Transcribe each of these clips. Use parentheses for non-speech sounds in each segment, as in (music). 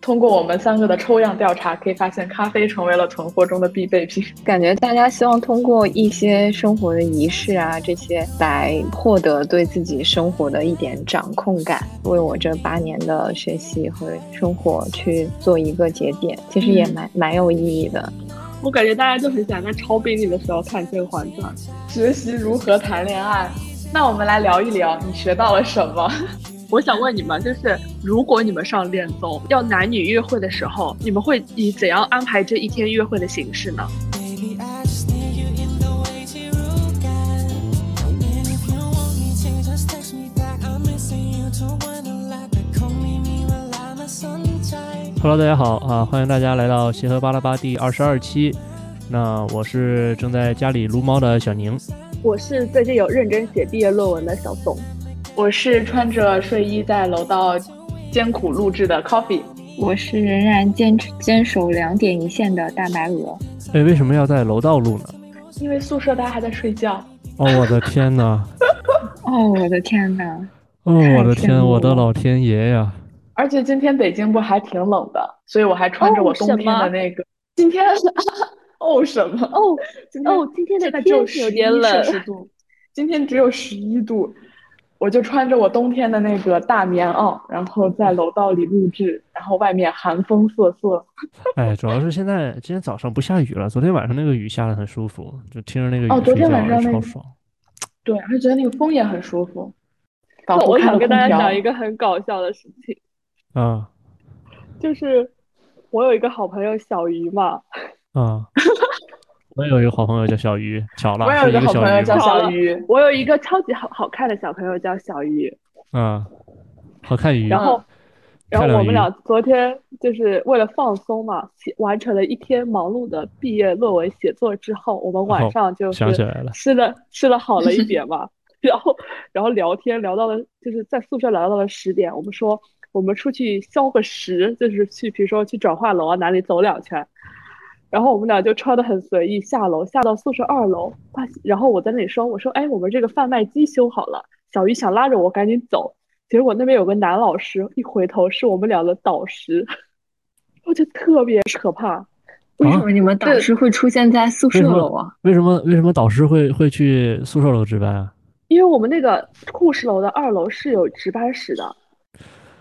通过我们三个的抽样调查，可以发现咖啡成为了囤货中的必备品。感觉大家希望通过一些生活的仪式啊，这些来获得对自己生活的一点掌控感，为我这八年的学习和生活去做一个节点，其实也蛮、蛮有意义的。我感觉大家就很想在超病历的时候看《甄嬛传》。 (laughs) 学习如何谈恋爱，那我们来聊一聊你学到了什么。我想问你们，就是如果你们上恋综要男女约会的时候，你们会以怎样安排这一天约会的形式呢？ Baby, I just need you in the way you look at. And if you want me to, just text me back. I'm missing you to one alive. Call me me while I'm a sunshine. Hello，大家好啊，欢迎大家来到协和巴拉巴第二十二期。那我是正在家里撸猫的小宁，我是最近有认真写毕业论文的小宋。 (laughs) 我是穿着睡衣在楼道艰苦录制的 Coffee。我是仍然坚持坚守两点一线的大白鹅。哎，为什么要在楼道录呢？因为宿舍大家还在睡觉，哦，我的天呐！哦，我的天哪！哦，我的太羡天，慕我的了老天爷呀！而且今天北京不还挺冷的，所以我还穿着哦我冬天什的么那个。今天 (laughs) 哦什么？哦今天哦，今天的现在只有天气十有点冷。摄氏度，今天只有十一度，我就穿着我冬天的那个大棉袄，然后在楼道里录制，然后外面寒风瑟瑟。哎，主要是现在今天早上不下雨了，昨天晚上那个雨下的很舒服，就听着那个哦雨昨睡天觉晚上那超个爽。对，而且觉得那个风也很舒服，那仿佛哦我开想了跟空大家调。讲 (laughs) 一个很搞笑的事情，啊就是我有一个好朋友小鱼嘛，啊！我有一个好朋友叫小鱼，巧了，我有是一个个好小朋友鱼叫吗？小鱼，我有一个超级好好看的小朋友叫小鱼，啊，好看鱼，然后，然后漂亮我们鱼俩昨天就是为了放松嘛，写完成了一天忙碌的毕业论文写作之后，我们晚哦上就想起是来了，吃了吃了好了一 (laughs) 点嘛，然后然后聊天聊到了就是在宿舍聊到了十点，我们说我们出去消个食，就是去比如说去转化楼啊哪里走两圈，然后我们俩就穿的很随意下楼，下到宿舍二楼，发现然后我在那里说我说哎我们这个贩卖机修好了，小鱼想拉着我赶紧走，结果那边有个男老师一回头是我们俩的导师，我觉得特别可怕。为啊什么你们导师会出现在宿为舍什么楼啊？为什么为什么导师会会去宿舍楼值班啊？因为我们那个护士楼的二楼是有值班室的，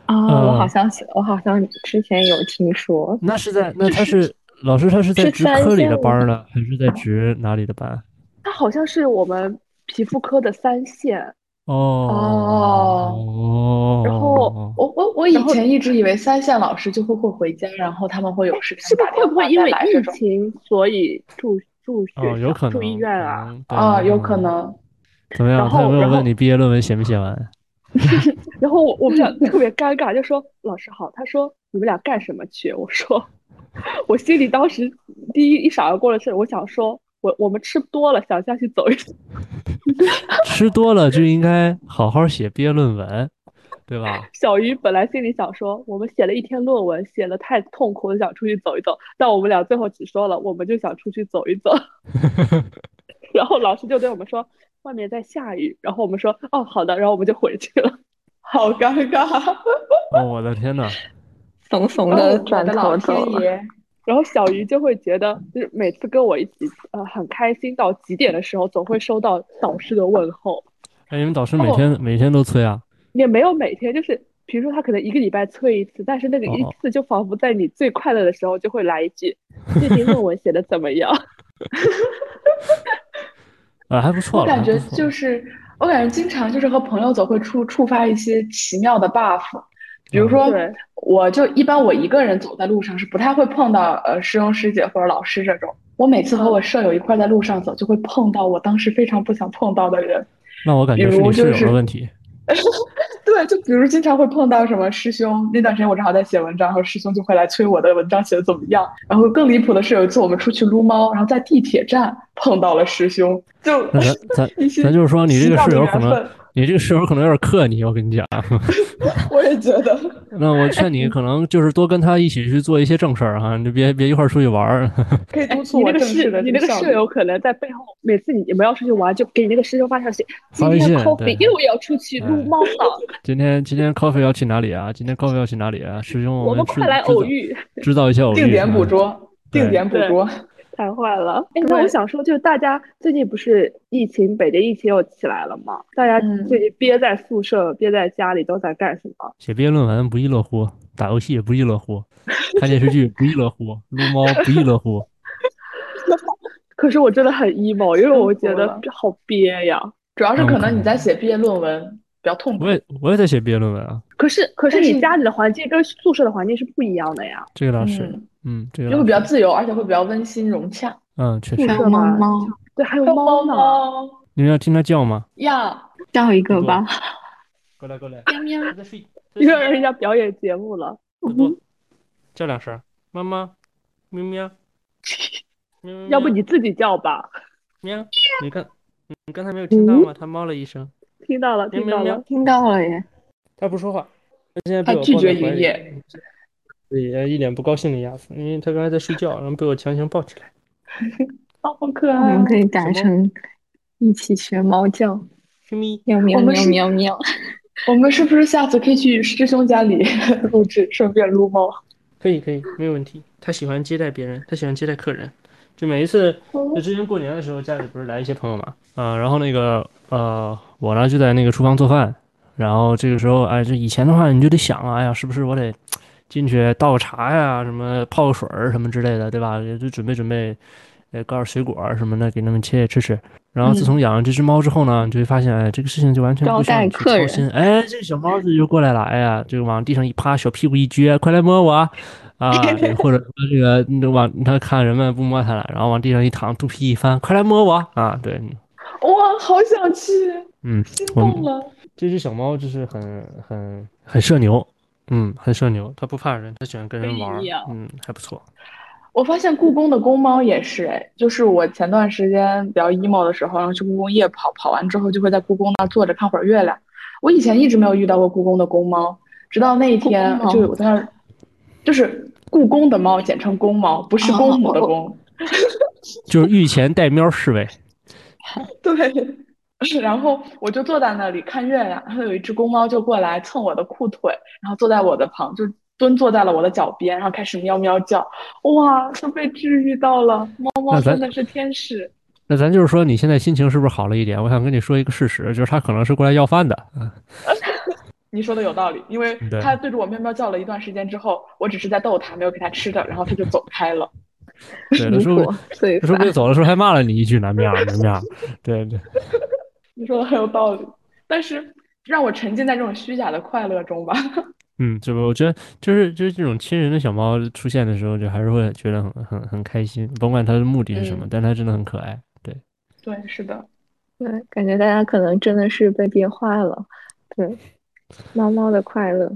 啊、呃我好像我好像之前有听说，那是在那他是老师他是在是值三科里线的班吗儿呢，还是在值哪里的班？它好像是我们皮肤科的三线，哦哦，然后我我我以然后前一直以为三线老师就会会回家，然后他们会有事情是不是打会电不会话因再为来这疫种情所以住住学哦，有校可住医能，院可啊？能，对，啊，有有可。能。怎么样？然他有后没有然后问你毕业论文写没写完？然后我我们 (laughs) 俩特别尴尬，就说老师好，他说你们俩干什么去？我说 (laughs) 我心里当时第一一闪而过的是，我想说我我们吃多了，想下去走一走。吃多了就应该好好写毕业论文，对吧？小鱼本来心里想说，我们写了一天论文，写的太痛苦了，想出去走一走。但我们俩最后只说了，我们就想出去走一走。 (laughs) 然后老师就对我们说，外面在下雨。然后我们说，哦，好的。然后我们就回去了。好尴尬， (laughs) 哦哦，我的天呐，怂怂我哦的的转头老走天了。 (laughs) 爷！然后小鱼就会觉得，就是每次跟我一起，呃，很开心到极点的时候，总会收到导师的问候，哎，你们导师每天每天都催啊？也没有每天，就是比如说他可能一个礼拜催一次，但是那个一哦次就仿佛在你最快乐的时候，就会来一句，最近论文写的怎么样？ (laughs) 啊，还不错我了，感还觉不错就是，我感觉经常就是和朋友走会触触发一些奇妙的 buff，比如嗯说，对我就一般我一个人走在路上是不太会碰到呃师兄师姐或者老师这种，我每次和我舍友一块在路上走，就会碰到我当时非常不想碰到的人。 (laughs) 那我感觉比是如你就室友是的问题。对，就比如经常会碰到什么师兄，那段时间我正好在写文章，然后师兄就会来催我的文章写的怎么样。然后更离谱的是，有一次我们出去撸猫，然后在地铁站碰到了师兄，就那咱咱一些 (laughs) 咱就是说，你这奇妙个室的友缘可能分你你这个室友可能有点克你，我跟你讲。我也觉得，那我劝你，可能就是多跟他一起去做一些正事儿啊，你就别别一块儿出去玩儿。 (laughs) 可以督促哎你我那个正式室，的你那个效室率。友可能在背后，每次你你们要出去玩，就给你那个师兄发消息，今发微天信 coffee 对哎又要出去撸猫 (laughs) 了，今天今天 coffee 要去哪里啊？今天 coffee 要去哪里啊？师兄，我们们制快来偶， (laughs) 遇，制造制造一些偶遇，定点捕嗯。捉，对定点捕捉。太坏了。哎，那对我想说，就是大家最近不是疫情，北京疫情又起来了嘛？大家嗯最近憋在宿舍、憋在家里都在干什么？写毕业论文不亦乐乎，打游戏也不亦乐乎，看电视剧不亦乐乎，撸猫不亦乐乎。可是我真的很 emo，因为我觉辛得苦好憋呀。主要是可能 OK 你在写毕业论文比较痛苦我，也我也在写毕业论文啊，可是可是但是你家里的环境跟宿舍的环境是不一样的呀。这个倒是，嗯，嗯，这个就倒会比是，较自由，而且会比较温馨融洽。嗯，确宿实。还舍有猫嘛，猫，对，还有还有猫呢。猫你们要听它叫吗？呀，叫一个吧。过来过来，喵喵，在睡，又让人家表演节目了，叫两声，妈妈，喵喵，喵喵要不你自己叫吧。喵，你刚你刚才没有嗯听到吗？它猫了一声，听到了，喵听到喵了。听到了耶。它不说话，它现在它被我拒抱绝在怀营里业，对，一脸不高兴的样子，因为它刚才在睡觉，然后被我强行抱起来。啊好可我爱们啊。可以改成一起学猫叫，咪咪，喵喵我们喵是喵喵。我们是不是下次可以去师兄家里 (laughs) 录制，顺便撸猫？可以可以，没有问题。它喜欢接待别人，它喜欢接待客人。就每一次，哦就之前过年的时候，家里不是来一些朋友嘛，嗯、然后那个呃，我呢就在那个厨房做饭，然后这个时候，哎，这以前的话你就得想啊，哎呀，是不是我得进去倒个茶呀，什么泡个水儿什么之类的，对吧？也就准备准备，呃，搞点水果儿什么的给他们切切吃吃。然后自从养了这只猫之后呢，你就会发现，哎，这个事情就完全招不需要待你去客操人心。哎，这个小猫子就过来了，哎呀，这个往地上一趴，小屁股一撅，快来摸我啊！啊，对或者说这个你往它看人们不摸它了，然后往地上一躺，肚皮一翻，快来摸我啊！对，哇，好想去，嗯，心我们动了。这只小猫就是很很很社牛，嗯，很社牛，它不怕人，它喜欢跟人玩儿哎呀，嗯，还不错。我发现故宫的公猫也是，哎，就是我前段时间比较 emo 的时候，然后去故宫夜跑，跑完之后就会在故宫那儿坐着看会儿月亮。我以前一直没有遇到过故宫的公猫，直到那一天公，猫就我在那儿，就是故宫的猫，简称公猫，不是公母的公。就是御前带喵侍卫，对，是， (laughs) 然后我就坐在那里看月亮，然后有一只公猫就过来蹭我的裤腿，然后坐在我的旁，就蹲坐在了我的脚边，然后开始喵喵叫，哇，就被治愈到了，猫猫那咱真的是天使。那咱就是说，你现在心情是不是好了一点？我想跟你说一个事实，就是它可能是过来要饭的。嗯你说的有道理，因为对它对着我喵喵叫了一段时间之后，我只是在逗它，没有给它吃的，然后它就走开了。 (laughs) 对，它如说果最它说烦不定走的时候还骂了你一句啊呢，喵喵喵。对对，你说的很有道理，但是让我沉浸在这种虚假的快乐中吧。 (laughs) 嗯，这不，我觉得就是就是这种亲人的小猫出现的时候，就还是会觉得很很很开心，甭管它的目的是什么，嗯但它真的很可爱。对，对，是的，对，感觉大家可能真的是被憋坏了。对，猫猫的快乐，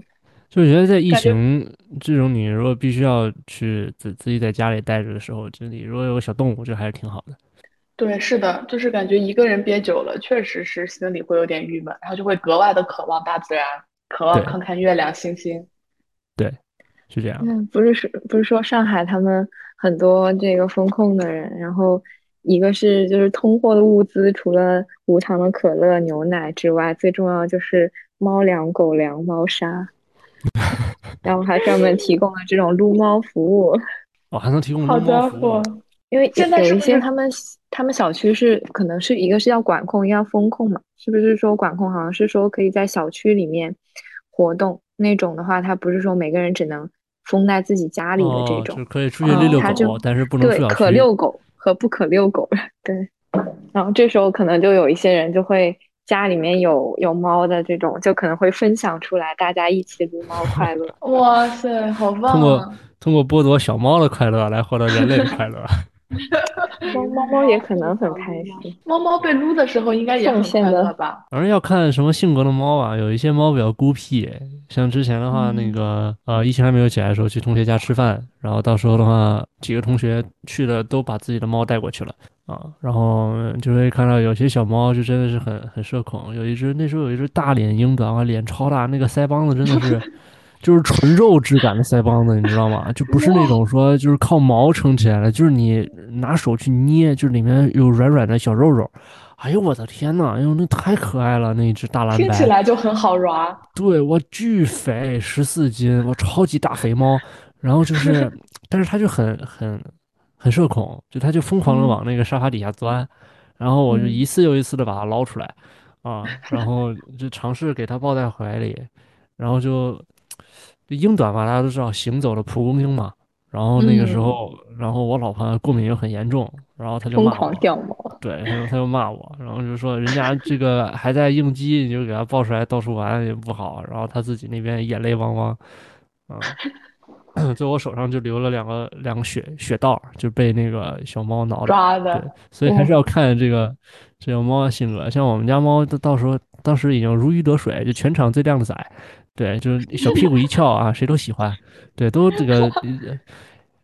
就觉得在疫感觉情这种，你如果必须要去自自己在家里待着的时候，就你如果有个小动物，就还是挺好的。对，是的，就是感觉一个人憋久了，确实是心里会有点郁闷，然后就会格外的渴望大自然，渴望对看看月亮、星星。是这样，嗯，不是说不是说上海他们很多这个风控的人，然后一个是就是通货的物资，除了无糖的可乐、牛奶之外，最重要就是猫粮、狗粮、猫 (laughs) 砂，然后还专门提供了这种撸猫服务。哦，还能提供好撸猫家服务伙，呢，因为现在有是不一些是他们他们小区是可能是一个是要管控，一个要风控嘛，是不是说管控好像是说可以在小区里面活动那种的话，它不是说每个人只能封在自己家里的这哦，种，就可以出去遛遛嗯它就狗，但是不能对，出小可区。遛狗和不可遛狗，对。然后这时候可能就有一些人就会家里面有有猫的这种，就可能会分享出来，大家一起撸猫快 (laughs) 乐。哇塞，好通棒过嗯啊！ (laughs) 通过剥夺小猫的快乐来获得人类的快乐。猫猫猫也可能很开心。猫猫被撸的时候应该也很奉献快的乐吧？反正要看什么性格的猫吧，有一些猫比较孤僻，像之前的话，那个嗯呃，疫情还没有起来的时候，去同学家吃饭，然后到时候的话，几个同学去了都把自己的猫带过去了啊，然后就会看到有些小猫就真的是很很社恐，有一只那时候有一只大脸英短啊，脸超大，那个腮帮子真 (laughs) 的是。就是纯肉质感的腮帮子，你知道吗？就不是那种说就是靠毛撑起来的，就是你拿手去捏，就是里面有软软的小肉肉，哎呦我的天呐，哎呦那太可爱了，那一只大蓝听起白，来就很好玩。对我巨肥，十四斤，我超级大肥猫。然 (laughs) 后就是，但是它就很很很社恐，就它就疯狂嗯的往那个沙发底下钻，然后我就一次又一次的把它捞出来，啊，然后就尝试给它抱在怀里，然后就就英短嘛，大家都知道行走的蒲公英嘛。然后那个时嗯候，然后我老婆过敏又很严重，然后她就疯骂狂我。掉毛，对，他就他就骂我，然后就说人家这个还在应激，你就给他抱出来到处玩也不好，然后他自己那边眼泪汪汪，啊， (coughs) 在我手上就留了两个两个血血道，就被那个小猫挠了。抓的对，所以还是要看这个这个猫的性格。像我们家猫，它到时候当时已经如鱼得水，就全场最靓仔，对，就是小屁股一翘啊，谁都喜欢，对，都这个呃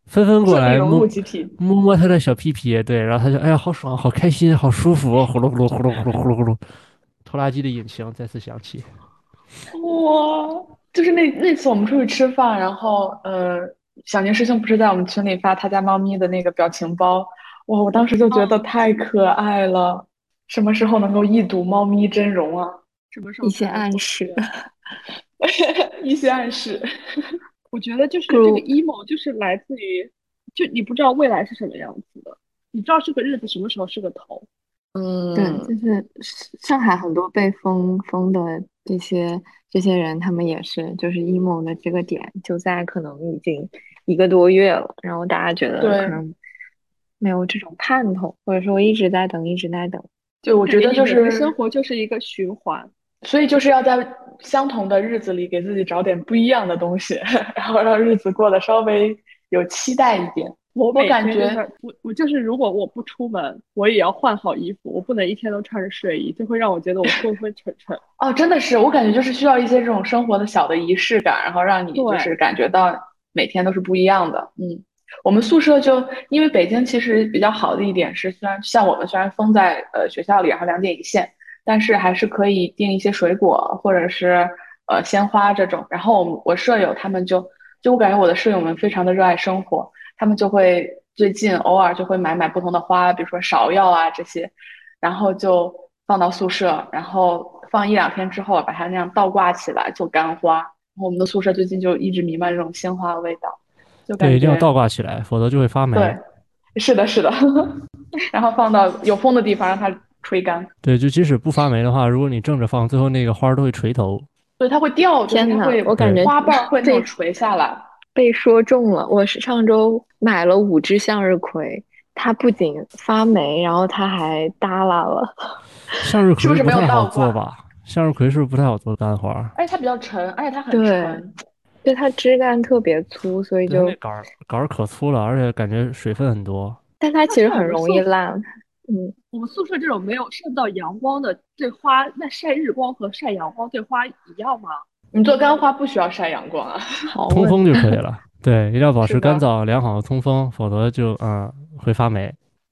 纷纷过顺利来融摸入集体。摸摸它的小屁屁，对，然后它就哎呀，好爽，好开心，好舒服，呼噜呼噜呼噜呼噜呼噜呼噜，拖拉机的引擎再次响起。哇，就是那那次我们出去吃饭，然后呃，小年师兄不是在我们群里发他家猫咪的那个表情包，哇，我当时就觉得太可爱了。什么时候能够一睹猫咪真容啊？ (laughs) 什么时候一些看暗示。一些暗示，我觉得就是这个就 emo 就是来自于，就你不知道未来是什么样子的，你知道这个日子什么时候是个头。嗯对，就是上海很多被封封的这些这些人，他们也是就是 emo 的这个点就在可能已经一个多月了，然后大家觉得对可能没有这种盼头，或者说一直在等，一直在等。就我觉得就你的是，生活就是一个循环，所以就是要在相同的日子里给自己找点不一样的东西， (laughs) 然后让日子过得稍微有期待一点。我我每感天就觉是我我就是如果我不出门，我也要换好衣服，我不能一天都穿着睡衣，就会让我觉得我昏昏沉沉。哦，真的是，我感觉就是需要一些这种生活的小的仪式感，然后让你就对是感觉到每天都是不一样的。嗯，我们宿舍就因为北京其实比较好的一点是，虽然像我们虽然封在呃学校里，然后两点一线，但是还是可以订一些水果或者是呃鲜花这种。然后我我舍友他们就就我感觉我的舍友们非常的热爱生活，他们就会最近偶尔就会买买不同的花，比如说芍药啊这些，然后就放到宿舍，然后放一两天之后把它那样倒挂起来做干花。然后我们的宿舍最近就一直弥漫这种鲜花的味道，就感对，一定要觉倒挂起来，否则就会发霉。对，是的，是的， (laughs) 然后放到有风的地方让它吹干，对，就即使不发霉的话，如果你正着放，最后那个花儿都会垂头。对，它会掉，就是天它哪会我感觉花瓣会那这种垂下来。被说中了，我是上周买了五只向日葵，它不仅发霉，然后它还耷拉了。向日是不葵是没有太倒挂好哎做吧？向日葵是不是不太好做干花儿？ (laughs) 而且它比较沉，而且它很对沉，就它枝干特别粗，所以对它就那，杆儿杆儿可粗了，而且感觉水分很多。但它其实那很很容舒易服烂。嗯，我们宿舍这种没有晒不到阳光的，对花那晒日光和晒阳光对花一样吗？你做干花不需要晒阳光啊。好通问风就可以了。对，一定要保是的持干燥、良好的通风，否则就嗯会发霉。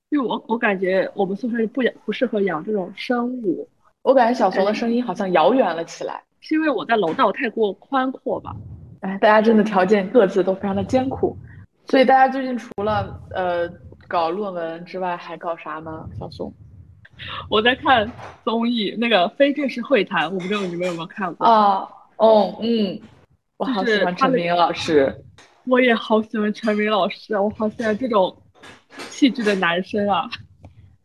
因为我我感觉我们宿舍不养不适合养这种生物，我感觉小熊的声音好像遥远了起来。是因为我在楼道太过宽阔吧？哎，大家真的条件各自都非常的艰苦，所以大家最近除了呃搞论文之外，还搞啥呢？小熊我在看综艺那个非正式会谈，我不知道你们有没有看过？啊，哦，嗯，我好喜欢就是他陈们明老师，我也好喜欢陈明老师啊，我好喜欢这种气质的男生啊！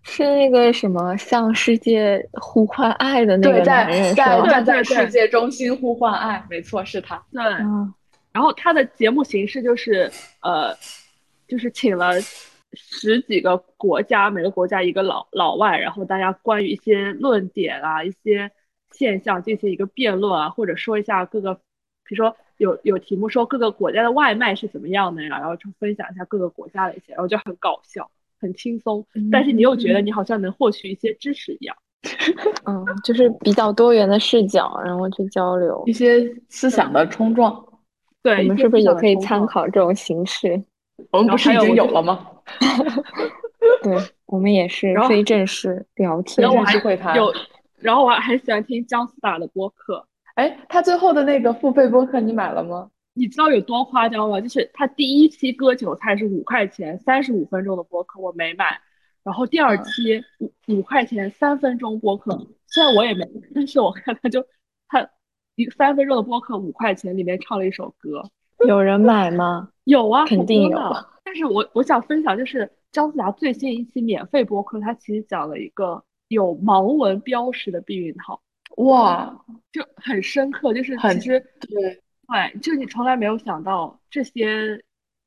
是那个什么向世界呼唤爱的那对，个在男人在是吧？站在对对世界中心呼唤爱，没错，是他。对，嗯，然后他的节目形式就是呃，就是请了十几个国家，每个国家一个老老外，然后大家关于一些论点啊、一些现象进行一个辩论啊，或者说一下各个，比如说有有题目说各个国家的外卖是怎么样的呀，然后就分享一下各个国家的一些，然后就很搞笑。很轻松，但是你又觉得你好像能获取一些知识一样。嗯，就是比较多元的视角，然后去交流一。些思想的冲撞。对，我们一些是不是思也想的可以冲参撞？考这种形式？我们嗯然后不是已还有经我有就了吗？对，我们也是然后非正式聊天然后我我还是会啊谈有，然后我还喜欢听姜思达的播客。哎，他最后的那个付费播客你买了吗？你知道有多夸张吗？就是他第一期割韭菜是五块钱，三十五分钟的播客我没买，然后第二嗯期五五块钱三分钟播客，虽然我也没，但是我看他就他一三分钟的播客五块钱里面唱了一首歌，有人买吗？有啊，肯好定多有呢啊但是我我想分享就是姜思达最新一期免费播客，他其实讲了一个有盲文标识的避孕套，哇，就很深刻，就是很其实。对，对，就你从来没有想到这些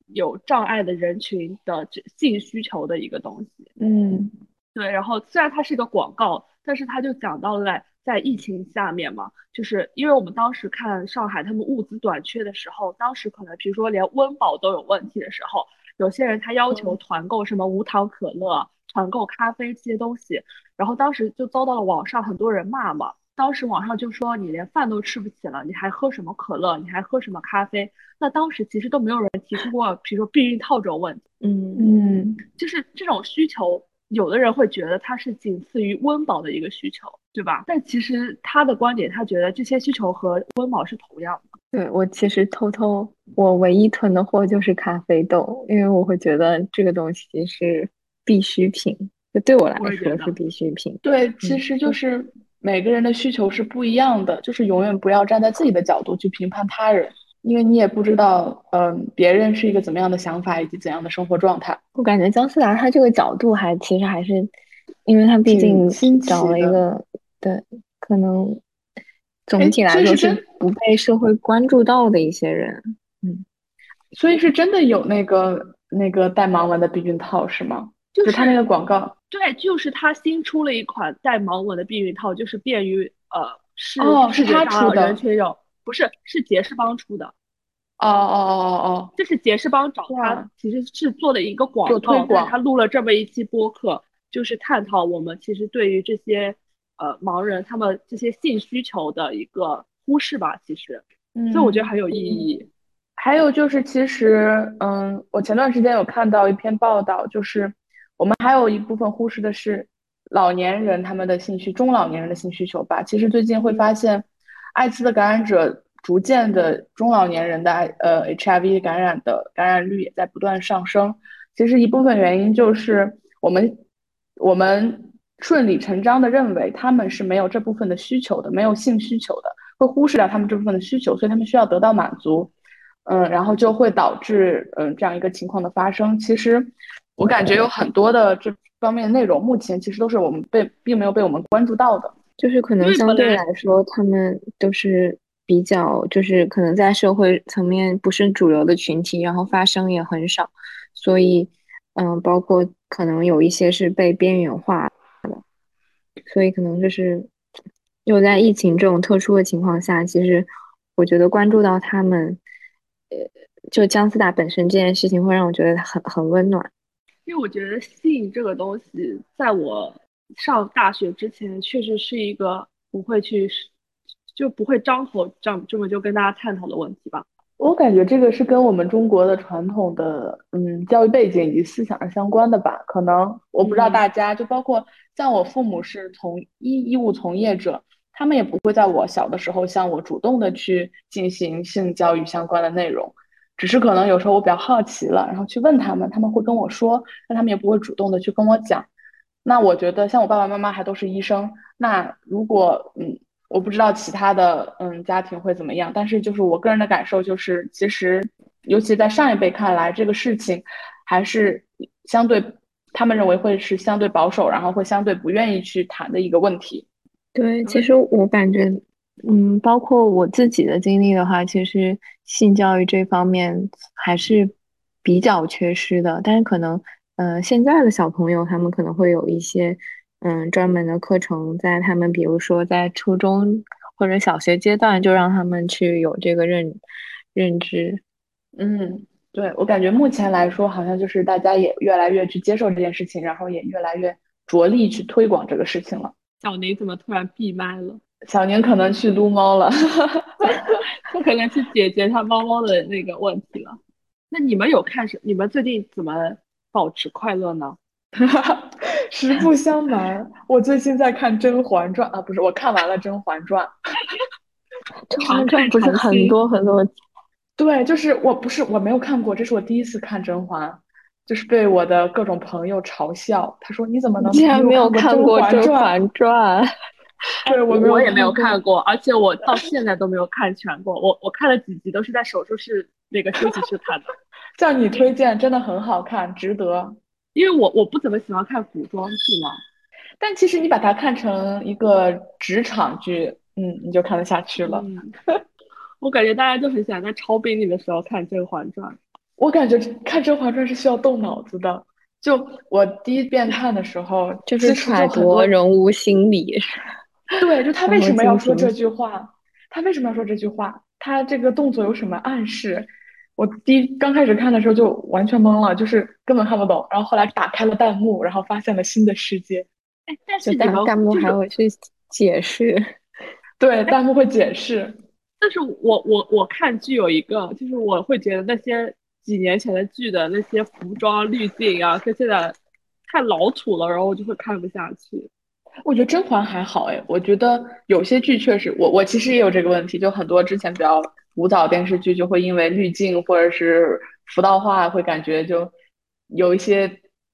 有障碍的人群的这性需求的一个东西。嗯，对，然后虽然它是一个广告，但是它就讲到了在疫情下面嘛，就是因为我们当时看上海他们物资短缺的时候，当时可能比如说连温饱都有问题的时候，有些人他要求团购什么无糖可乐、团购咖啡这些东西，然后当时就遭到了网上很多人骂嘛。当时网上就说你连饭都吃不起了，你还喝什么可乐？你还喝什么咖啡？那当时其实都没有人提出过，比如说避孕套这种问题。嗯，嗯，就是这种需求，有的人会觉得它是仅次于温饱的一个需求，对吧？但其实他的观点，他觉得这些需求和温饱是同样的。对，我其实偷偷，我唯一囤的货就是咖啡豆，因为我会觉得这个东西是必需品，就对我来我也觉说得是必需品。对，其实就是每个人的需求是不一样的，就是永远不要站在自己的角度去评判他人，因为你也不知道，嗯，别人是一个怎么样的想法以及怎样的生活状态。我感觉姜思达他这个角度还其实还是，因为他毕挺竟新奇找了一的个，对，可能哎总体来所以说是真是不被社会关注到的一些人。所以是真的有那个那个带盲文的避孕套是吗？就就他是那个广告，对，就是他新出了一款带盲文的避孕套，就是便于呃视哦视是觉他障出碍的人群有，不是是杰士邦出的，哦哦哦就是杰士邦找他哇其实是做了一个广做推告，但广是他录了这么一期播客，就是探讨我们其实对于这些呃盲人他们这些性需求的一个忽视吧，其实。哦，所以我嗯觉得很有意义。还有就是，其实，嗯，我前段时间有看到一篇报道，就是我们还有一部分忽视的是老年人他们的性需，中老年人的性需求吧。其实最近会发现，艾滋的感染者逐渐的中老年人的艾呃 HIV 感染的感染率也在不断上升。其实一部分原因就是我们我们顺理成章的认为他们是没有这部分的需求的，没有性需求的，会忽视掉他们这部分的需求，所以他们需要得到满足。嗯，然后就会导致嗯这样一个情况的发生。其实我感觉有很多的这方面内容，目前其实都是我们被并没有被我们关注到的。就是可能对相本对来来说，他们都是比较，就是可能在社会层面不是主流的群体，然后发声也很少，所以，嗯，包括可能有一些是被边缘化的，所以可能就是又在疫情这种特殊的情况下，其实我觉得关注到他们，呃，就姜思达本身这件事情会让我觉得很很温暖。因为我觉得性这个东西，在我上大学之前，确实是一个不会去，就不会张口这样这么就跟大家探讨的问题吧。我感觉这个是跟我们中国的传统的嗯教育背景以及思想是相关的吧。可能我不知道嗯大家，就包括像我父母是从医医务从业者，他们也不会在我小的时候向我主动的去进行性教育相关的内容，只是可能有时候我比较好奇了，然后去问他们，他们会跟我说，但他们也不会主动的去跟我讲。那我觉得像我爸爸妈妈还都是医生，那如果嗯，我不知道其他的嗯家庭会怎么样，但是就是我个人的感受就是，其实尤其在上一辈看来，这个事情还是相对他们认为会是相对保守，然后会相对不愿意去谈的一个问题。对，其对实我感觉，嗯，包括我自己的经历的话，其实性教育这方面还是比较缺失的。但是可能，呃，现在的小朋友他们可能会有一些，嗯，专门的课程，在他们比如说在初中或者小学阶段，就让他们去有这个认认知。嗯，对，我感觉目前来说，好像就是大家也越来越去接受这件事情，然后也越来越着力去推广这个事情了。小宁怎么突然闭麦了？小宁可能去撸猫了， (laughs) 这可能去解决他猫猫的那个问题了。那你们有看什？你们最近怎么保持快乐呢？实不相瞒，我最近在看《甄嬛传》啊，不是，我看完了《甄嬛传》。这常嬛传看不是常很新多很多，对，就是我不是我没有看过，这是我第一次看甄嬛，就是被我的各种朋友嘲笑，他说你怎么能你竟然没有看看过《甄甄嬛传》？嬛传》对，我没有也没有看看过，而且我到现在都没有看全过。我我看了几集，都是在手术室那个休息室看的，向你推荐，真的很好看，值得。因为我我不怎么喜欢看古装剧嘛。但其实你把它看成一个职场剧，嗯，你就看得下去了。嗯，我感觉大家都很喜欢在超病历的时候看《甄嬛传》。我感觉看《甄嬛传》是需要动脑子的。就我第一遍看的时候，就是其实揣很多度人物心理。 (laughs) 对，就他他为会什么要进说行这句话？他为什么要说这句话？他这个动作有什么暗示？我第一刚开始看的时候就完全懵了，就是根本看不懂。然后后来打开了弹幕，然后发现了新的世界。哎，但就是你弹们弹幕就还是会去解释，对，弹幕会解释。但是我我我看剧有一个，就是我会觉得那些几年前的剧的那些服装滤镜啊，跟现在太老土了，然后我就会看不下去。我觉得甄嬛还好哎，我觉得有些剧确实，我我其实也有这个问题，就很多之前比较古早电视剧就会因为滤镜或者是服道化，会感觉就有一些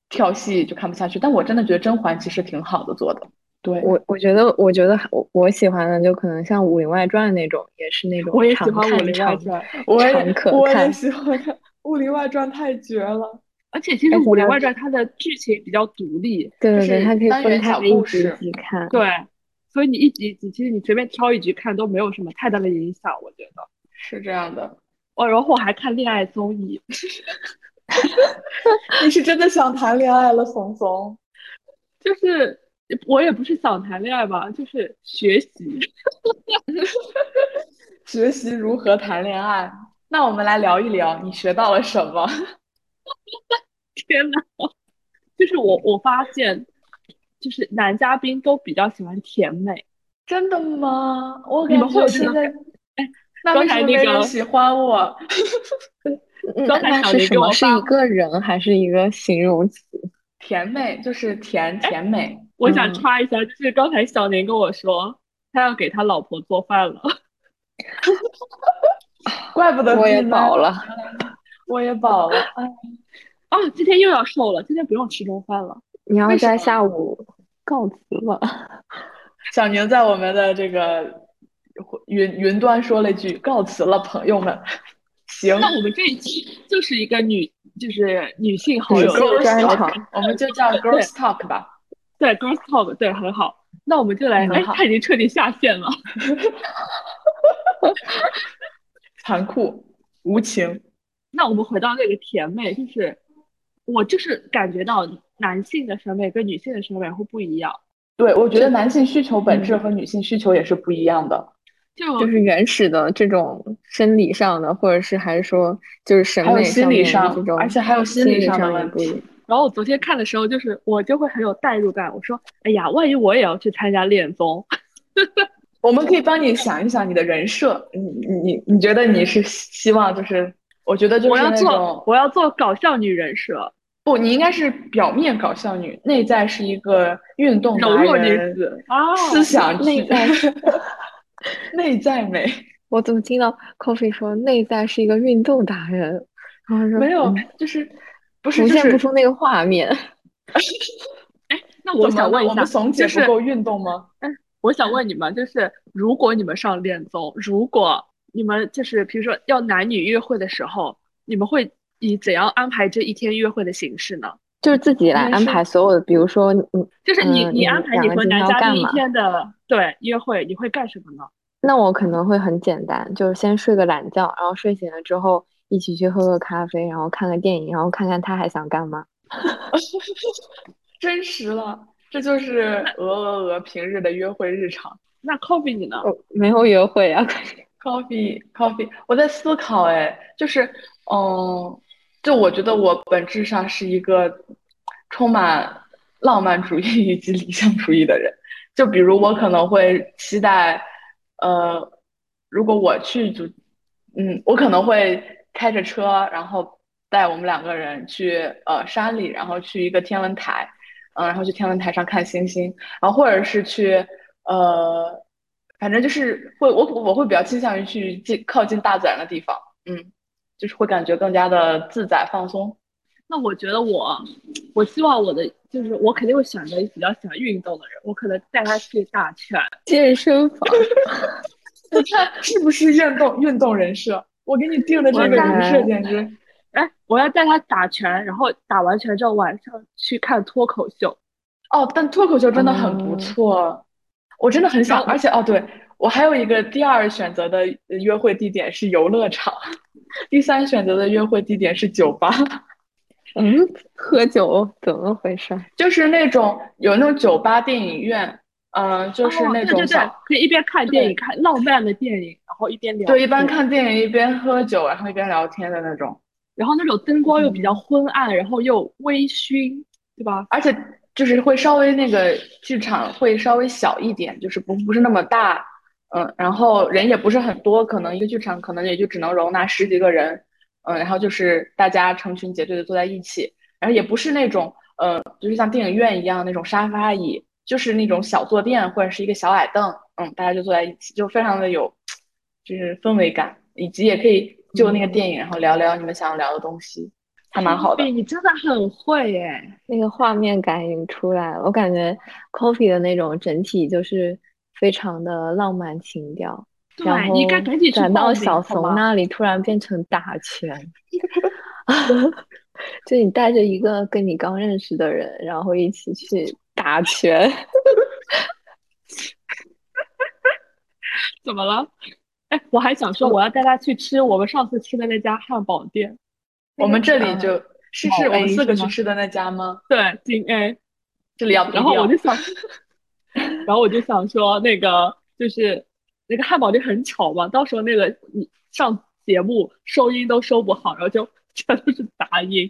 跳戏就看不下去。但我真的觉得甄嬛其实挺好的做的，对。我我觉得，我觉得我我喜欢的就可能像《武林外传》那种，也是那种我也喜常欢《武看林外常传》，我常也可我也看喜欢看《武林外传》，太绝了。而且其实哎《武林我外传》它的剧情比较独立，对就对对，是它可以单分元开小一故集一事集看。对，所以你一集一集，其实你随便挑一集看都没有什么太大的影响，我觉得。是这样的，哦，然后我还看恋爱综艺，你是真的想谈恋爱了，怂怂。就是我也不是想谈恋爱吧，就是学习。 (laughs) 学习如何谈恋爱。那我们来聊一聊，你学到了什么？ (laughs) 天呐，就是我我发现，就是男嘉宾都比较喜欢甜美。真的吗？我你感们会觉有这现种在，哎，那刚为什才么那没个人喜欢我？嗯那刚才那小是林什给么？我是发一个人还是一个形容词？甜美就是甜甜美，我想嗯插一下，就是刚才小宁跟我说，他要给他老婆做饭了。 (laughs) 怪不得我也自己饱买了，我也饱了。哎，啊，今天又要瘦了，今天不用吃中饭了。你要为什在么哦下午告辞了。小宁在我们的这个云云端说了一句：“告辞了，朋友们。” (laughs) 行，那我们这一期就是一个女，就是女性好女友性的专小场我们就 (laughs) 叫 girls talk 吧。对 girls talk，对，很好。那我们就来，嗯哎，好他已经彻底下线了。残酷无情，那我们回到那个甜美，就是我就是感觉到男性的审美跟女性的审美会不一样，对，我觉得男性需求本质和女性需求也是不一样的。就就是原始的这种生理上的，或者是还是说就是审还有美心理面上的这种，而且还有心心理上的上也问不题一样。然后我昨天看的时候，就是我就会很有代入感。我说，哎呀，万一我也要去参加恋综，我们可以帮你想一想你的人设，你你你你觉得你是希望就是，我觉得就我是要那做种我要做搞笑女人设，不，你应该是表面搞笑女，内在是一个运动柔达弱女人，子啊，思想内巨在 (laughs) 内在美。我怎么听到 Coffee 说内在是一个运动达人，然后说没有嗯，就是不是浮就现是不出那个画 (laughs) 面。那我怎么想了问一我们下，怂姐就不是够运动吗？我想问你们，就是如果你们上恋综，如果你们就是比如说要男女约会的时候，你们会以怎样安排这一天约会的形式呢？就是自己来没安事排所有的，比如说你，嗯就是你嗯你你安排两你个和今天男要嘉干宾一嘛天的对约会，你会干什么呢？那我可能会很简单，就是先睡个懒觉，然后睡醒了之后一起去喝个咖啡，然后看个电影，然后看看他还想干嘛。真实了，这就是鹅鹅鹅平日的约会日常。那 Kobe 你呢？哦，没有约会啊， (laughs) coffee coffee，我在思考哎，就是嗯，就我觉得我本质上是一个充满浪漫主义以及理想主义的人。就比如我可能会期待，呃，如果我去就，嗯，我可能会开着车，然后带我们两个人去呃山里，然后去一个天文台，嗯、然后去天文台上看星星，然后或者是去呃，反正就是会我我会比较倾向于去近靠近大自然的地方，嗯，就是会感觉更加的自在放松。 (laughs) 那我觉得我，我希望我的就是我肯定会选择比较喜欢运动的人，我可能带他去大圈，健身房，你看是不是运动运动人设？我给你定的这个人设简直。哎，我要带他打拳，然后打完拳之后晚上去看脱口秀。哦，但脱口秀真的很嗯不错，我真的很想，而且哦，对，我还有一个第二选择的呃约会地点是游乐场，第三选择的约会地点是酒吧， (laughs) 嗯，喝酒怎么回事？就是那种有那种酒吧电影院，嗯、就是哦那对种对小，对，可以一边看电影对看浪漫的电影，然后一边聊一般天看电影一边喝酒，然后一边聊天的那种，然后那种灯光又比嗯较昏暗，然后又微醺，对吧？而且就是会稍微那个剧场会稍微小一点，就是不不是那么大，嗯，然后人也不是很多，可能一个剧场可能也就只能容纳十几个人，嗯，然后就是大家成群结队的坐在一起，然后也不是那种呃，就是像电影院一样那种沙发椅，就是那种小坐垫或者是一个小矮凳，嗯，大家就坐在一起，就非常的有就是氛围感，以及也可以就那个电影，然后聊聊你们想要聊的东西，还蛮好的。哎对，你真的很会耶！那个画面感已经出来了，我感觉 Coffee 的那种整体就是非常的浪漫情调，对然，你应该后赶紧去转到报名小好怂吗？那里，突然变成打拳， (laughs) 就你带着一个跟你刚认识的人，然后一起去打拳，怎么了？哎，我还想说，我要带他去吃我们上次吃的那家汉堡店，我们这里就是是我某 A 们四个是去吗吃的那家吗？对，京 A。这里要然后我就想， (laughs) (laughs) 然后我就想说，那个就是那个汉堡店很吵嘛，到时候那个你上节目收音都收不好，然后就全都是杂音。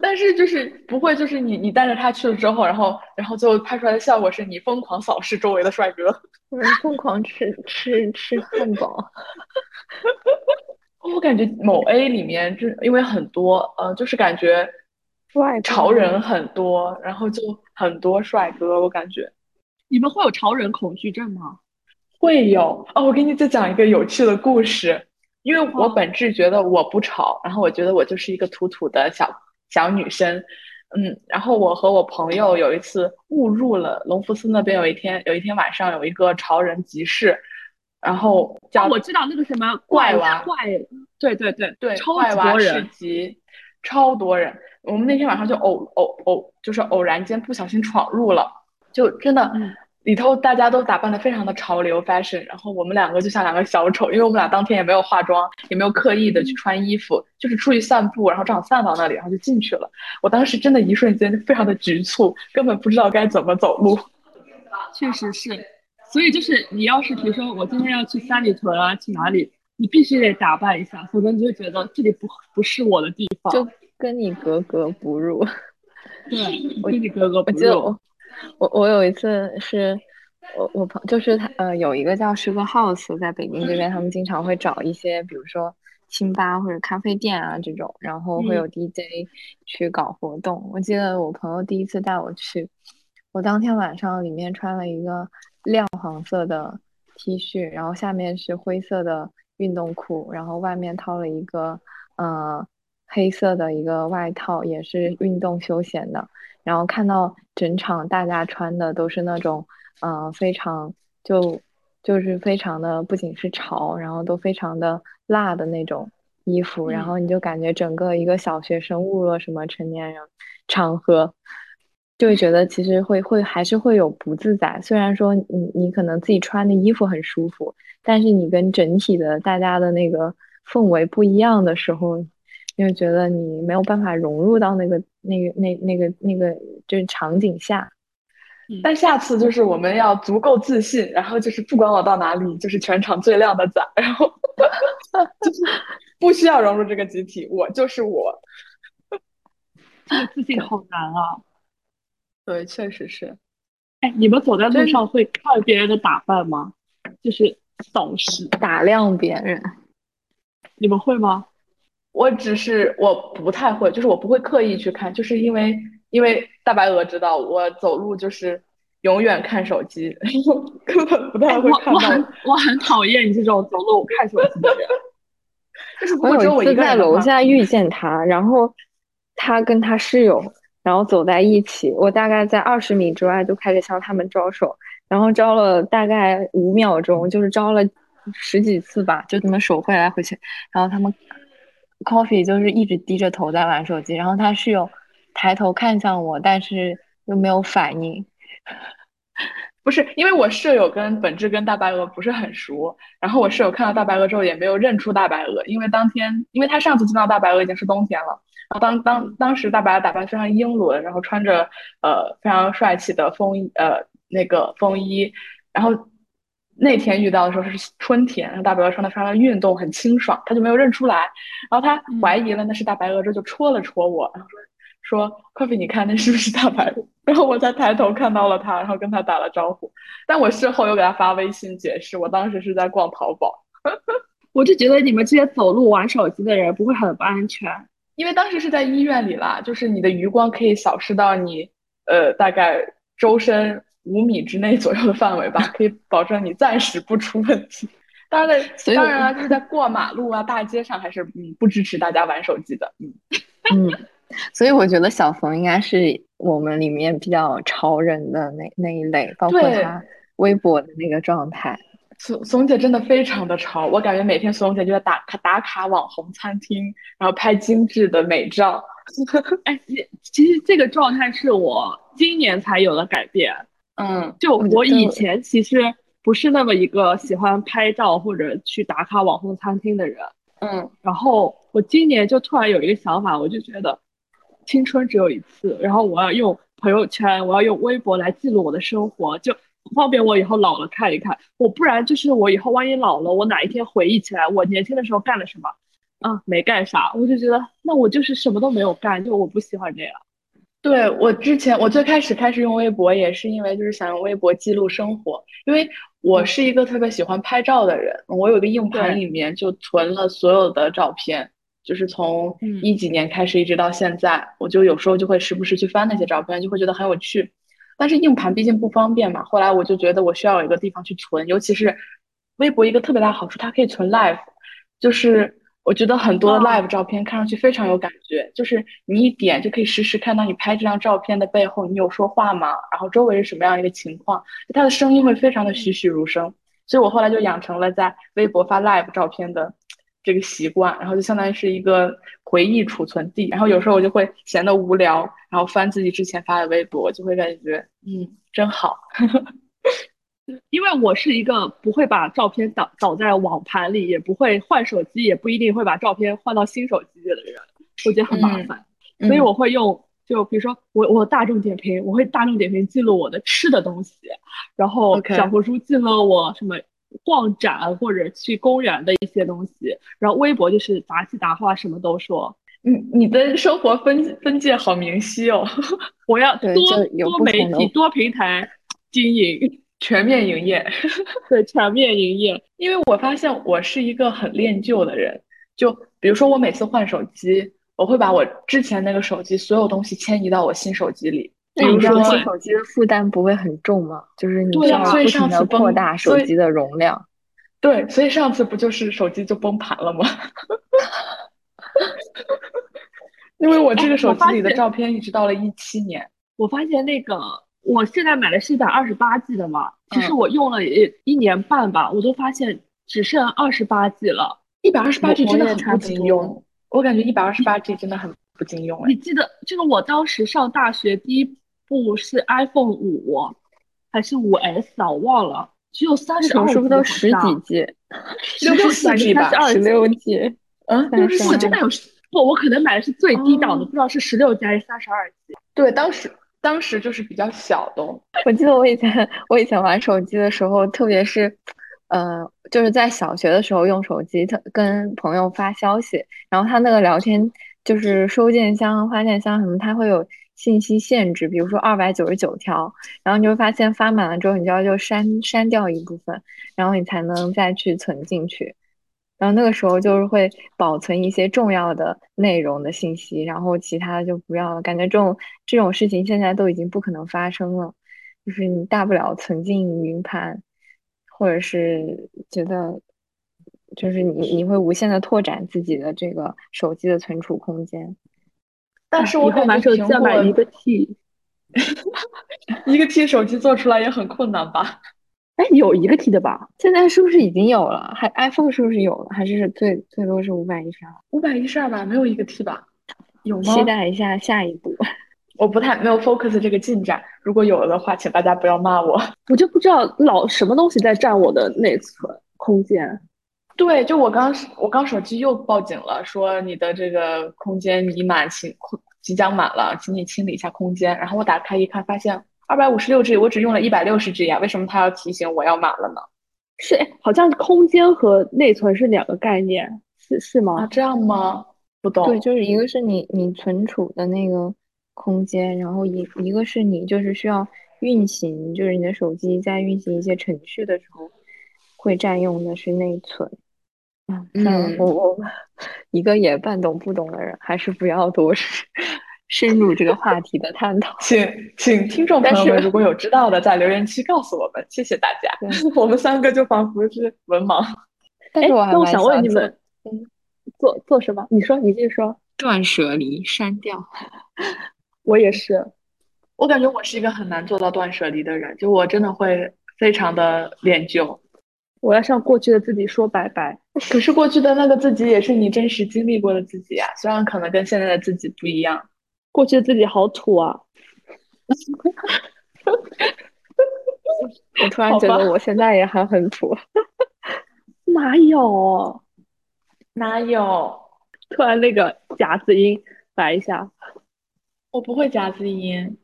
但是就是不会，就是你你带着他去了之后，然后然后最后拍出来的效果是你疯狂扫视周围的帅哥。嗯疯狂吃吃吃汉堡，我感觉某 A 里面就是因为很多，呃，就是感觉外潮国人很多，然后就很多帅哥，我感觉你们会有潮人恐惧症吗？会有。哦，我给你再讲一个有趣的故事，因为我本质觉得我不潮，然后我觉得我就是一个土土的小小女生，嗯，然后我和我朋友有一次误入了隆福寺那边，有一天有一天晚上有一个潮人集市，然后啊叫我知道那个什么怪娃娃怪，对对对对超怪级娃多市人，集，超多人。我们那天晚上就偶偶偶，就是偶然间不小心闯入了，就真的嗯里头大家都打扮的非常的潮流 fashion，然后我们两个就像两个小丑，因为我们俩当天也没有化妆，也没有刻意嗯的去穿衣服，就是出去散步，然后正好散到那里，然后就进去了。我当时真的一瞬间非常的局促，根本不知道该怎么走路。确实是。所以就是你要是比如说我今天要去三里屯啊，去哪里，你必须得打扮一下，否则你就觉得这里不不是我的地方。就跟你格格不入。对，我跟你格格我不记得入。我我我有一次是，我我朋就是他呃有一个叫十个 house 在北京这边，他们经常会找一些比如说清吧或者咖啡店啊这种，然后会嗯有 DJ 去搞活动。我记得我朋友第一次带我去，我当天晚上里面穿了一个亮黄色的 T 恤，然后下面是灰色的运动裤，然后外面套了一个呃黑色的一个外套，也是运动休闲的。然后看到整场大家穿的都是那种，呃，非常就就是非常的，不仅是潮，然后都非常的辣的那种衣服，然嗯后你就感觉整个一个小学生误入了什么成年人场合，就会觉得其实会会还是会有不自在。虽然说你你可能自己穿的衣服很舒服，但是你跟整体的大家的那个氛围不一样的时候，因为觉得你没有办法融入到那个、那个、那、那个、那个就是场景下。但下次就是我们要足够自信，然后就是不管我到哪里，就是全场最靓的 (laughs) 仔，然后就是不需要融入这个集体，我就是我。这个自信好难啊！对，确实是。哎，你们走在路真上会看别人的打扮吗？就是扫视，打量别人，你们会吗？我只是我不太会，就是我不会刻意去看，就是因为因为大白鹅知道我走路就是永远看手机， (laughs) 根本不哎太我会看我到。很我很讨厌你这种走路看手机的人。就是如我果只有有我一一次个在人的楼话，嗯下遇见他，然后他跟他室友，然后走在一起，我大概在二十米之外就开始向他们招手，然后招了大概五秒钟，就是招了十几次吧，就这么手挥来挥去，然后他们 coffee 就是一直低着头在玩手机，然后他室友抬头看向我，但是又没有反应，不是因为我舍友跟本质跟大白鹅不是很熟，然后我舍友看到大白鹅之后也没有认出大白鹅，因为当天因为他上次见到大白鹅已经是冬天了，然后当当当时大白鹅打扮非常英伦，然后穿着呃非常帅气的风衣呃那个风衣，然后那天遇到的时候是春天，然后大白鹅穿的非常的运动，很清爽，他就没有认出来，然后他怀疑了那是大白鹅之后就戳了戳我，然后说。说 coffee，你看那是不是大白鹅？ (laughs) 然后我才抬头看到了他，然后跟他打了招呼。但我事后又给他发微信解释，我当时是在逛淘宝，我就觉得你们这些走路玩手机的人不会很不安全。因为当时是在医院里啦，就是你的余光可以扫视到你呃大概周身五米之内左右的范围吧，可以保证你暂时不出问题。当然在，所以当我然了，就是在过马路啊、大街上，还是嗯不支持大家玩手机的。嗯，嗯，所以我觉得小冯应该是我们里面比较潮人的那那一类，包括对他微博的那个状态。怂怂姐真的非常的潮，我感觉每天怂姐就在打卡打卡网红餐厅，然后拍精致的美照。哎，其其实这个状态是我今年才有的改变。嗯，就我觉我以得前其实不是那么一个喜欢拍照或者去打卡网红餐厅的人，嗯，然后我今年就突然有一个想法，我就觉得青春只有一次，然后我要用朋友圈，我要用微博来记录我的生活，就方便我以后老了看一看。我不然就是我以后万一老了，我哪一天回忆起来我年轻的时候干了什么，啊，没干啥，我就觉得那我就是什么都没有干，就我不喜欢这样。对，我之前我最开始开始用微博也是因为就是想用微博记录生活，因为我是一个特别喜欢拍照的人，我有一个硬盘嗯对里面就存了所有的照片，就是从嗯一几年开始一直到现在，我就有时候就会时不时去翻那些照片，就会觉得很有趣。但是硬盘毕竟不方便嘛，后来我就觉得我需要有一个地方去存，尤其是微博一个特别大的好处，它可以存 live，就是我觉得很多哦 live 照片看上去非常有感觉，就是你一点就可以实时看到你拍这张照片的背后，你有说话吗？然后周围是什么样一个情况，就它的声音会非常的栩栩如生，所以我后来就养成了在微博发 live 照片的这个习惯，然后就相当于是一个回忆储存地。然后有时候我就会闲得无聊，然后翻自己之前发的微博，就会感觉嗯真好。因为我是一个不会把照片导导在网盘里，也不会换手机，也不一定会把照片换到新手机的人，我觉得很麻烦，嗯所以我会用，就比如说我我大众点评，我会大众点评记录我的吃的东西，然后 OK 小红书记录我什么逛展或者去公园的一些东西，然后微博就是杂七杂八什么都说，你你的生活分分界好明晰哦， (laughs) 我要对多就有多不媒同的体多平台经营， (laughs) 全面营业。对，全面营业，因为我发现我是一个很恋旧的人，就比如说我每次换手机，我会把我之前那个手机所有东西迁移到我新手机里。比那你如这样说，新手机的负担不会很重吗？就是你对需啊要所以不上停次的崩扩大手所以机的容量。对，所以上次不就是手机就崩盘了吗？ (laughs) 因为我这哎个手机里的照片一直到了一七年，我发现那个我现在买的是一百二十八 G 的嘛，其实嗯我用了也一年半吧，我都发现只剩二十八 G 了。一百二十八 G 我真的我也很差不不经多用，我感觉一百二十八 G 真的很不经用哎你。记得这个？我当时上大学第一部是 iPhone 五还是五 S 啊？我忘了，只有三那十时候二是不是都十几 G？哎64 G 吧三十十二 G。六 G？嗯，但就是是我真的有不，我可能买的是最低档的，哦不知道是十六 G 还是三十二 G。对，当时当时就是比较小的哦， (laughs) 我记得我以前我以前玩手机的时候，特别是，呃，就是在小学的时候用手机，他跟朋友发消息，然后他那个聊天就是收件箱、发件箱什么，它会有信息限制，比如说二百九十九条，然后你就会发现发满了之后，你就要就删删掉一部分，然后你才能再去存进去。然后那个时候就是会保存一些重要的内容的信息，然后其他的就不要了。感觉这种这种事情现在都已经不可能发生了，就是你大不了存进云盘，或者是觉得就是你你会无限的拓展自己的这个手机的存储空间。但是以我后感买觉手机苹要买果一个 T，一个 T 手机做出来也很困难吧？哎，有一个 T 的吧？啊现在是不是已经有了？还 iPhone 是不是有了？还是最最多是五百以上？五百一十二吧，没有一个 T 吧？有吗？期待一下下一步。我不太没有 focus 这个进展，如果有了的话，请大家不要骂我。 (laughs) 我就不知道老什么东西在占我的内存空间。对，就我刚我刚手机又报警了，说你的这个空间已满，请空即将满了，请你清理一下空间。然后我打开一看，发现二百五十六 G，我只用了一百六十 G 呀，为什么它要提醒我要满了呢？是，哎好像空间和内存是两个概念，是是啊，吗？这样吗？不懂。对，就是一个是你你存储的那个空间，然后一一个是你就是需要运行，就是你的手机在运行一些程序的时候，会占用的是内存。啊，算了，嗯我我 (laughs) 一个也半懂不懂的人，还是不要多深入这个话题的探讨。哎请请听众朋友但们，是如果有知道的，在留言区告诉我们，谢谢大家对。 (laughs) 我们三个就仿佛是文盲。但哎，是我还那我蛮想喜问欢你做们，嗯，做做什么？你说，你继续说。断舍离删掉。我也是，我感觉我是一个很难做到断舍离的人，就我真的会非常的恋旧。我要向过去的自己说拜拜。可是过去的那个自己也是你真实经历过的自己啊，虽然可能跟现在的自己不一样。过去的自己好土啊！我突然好觉得吧我现在也还很土。哪有？哪有？突然那个夹子音来一下。我不会夹子音，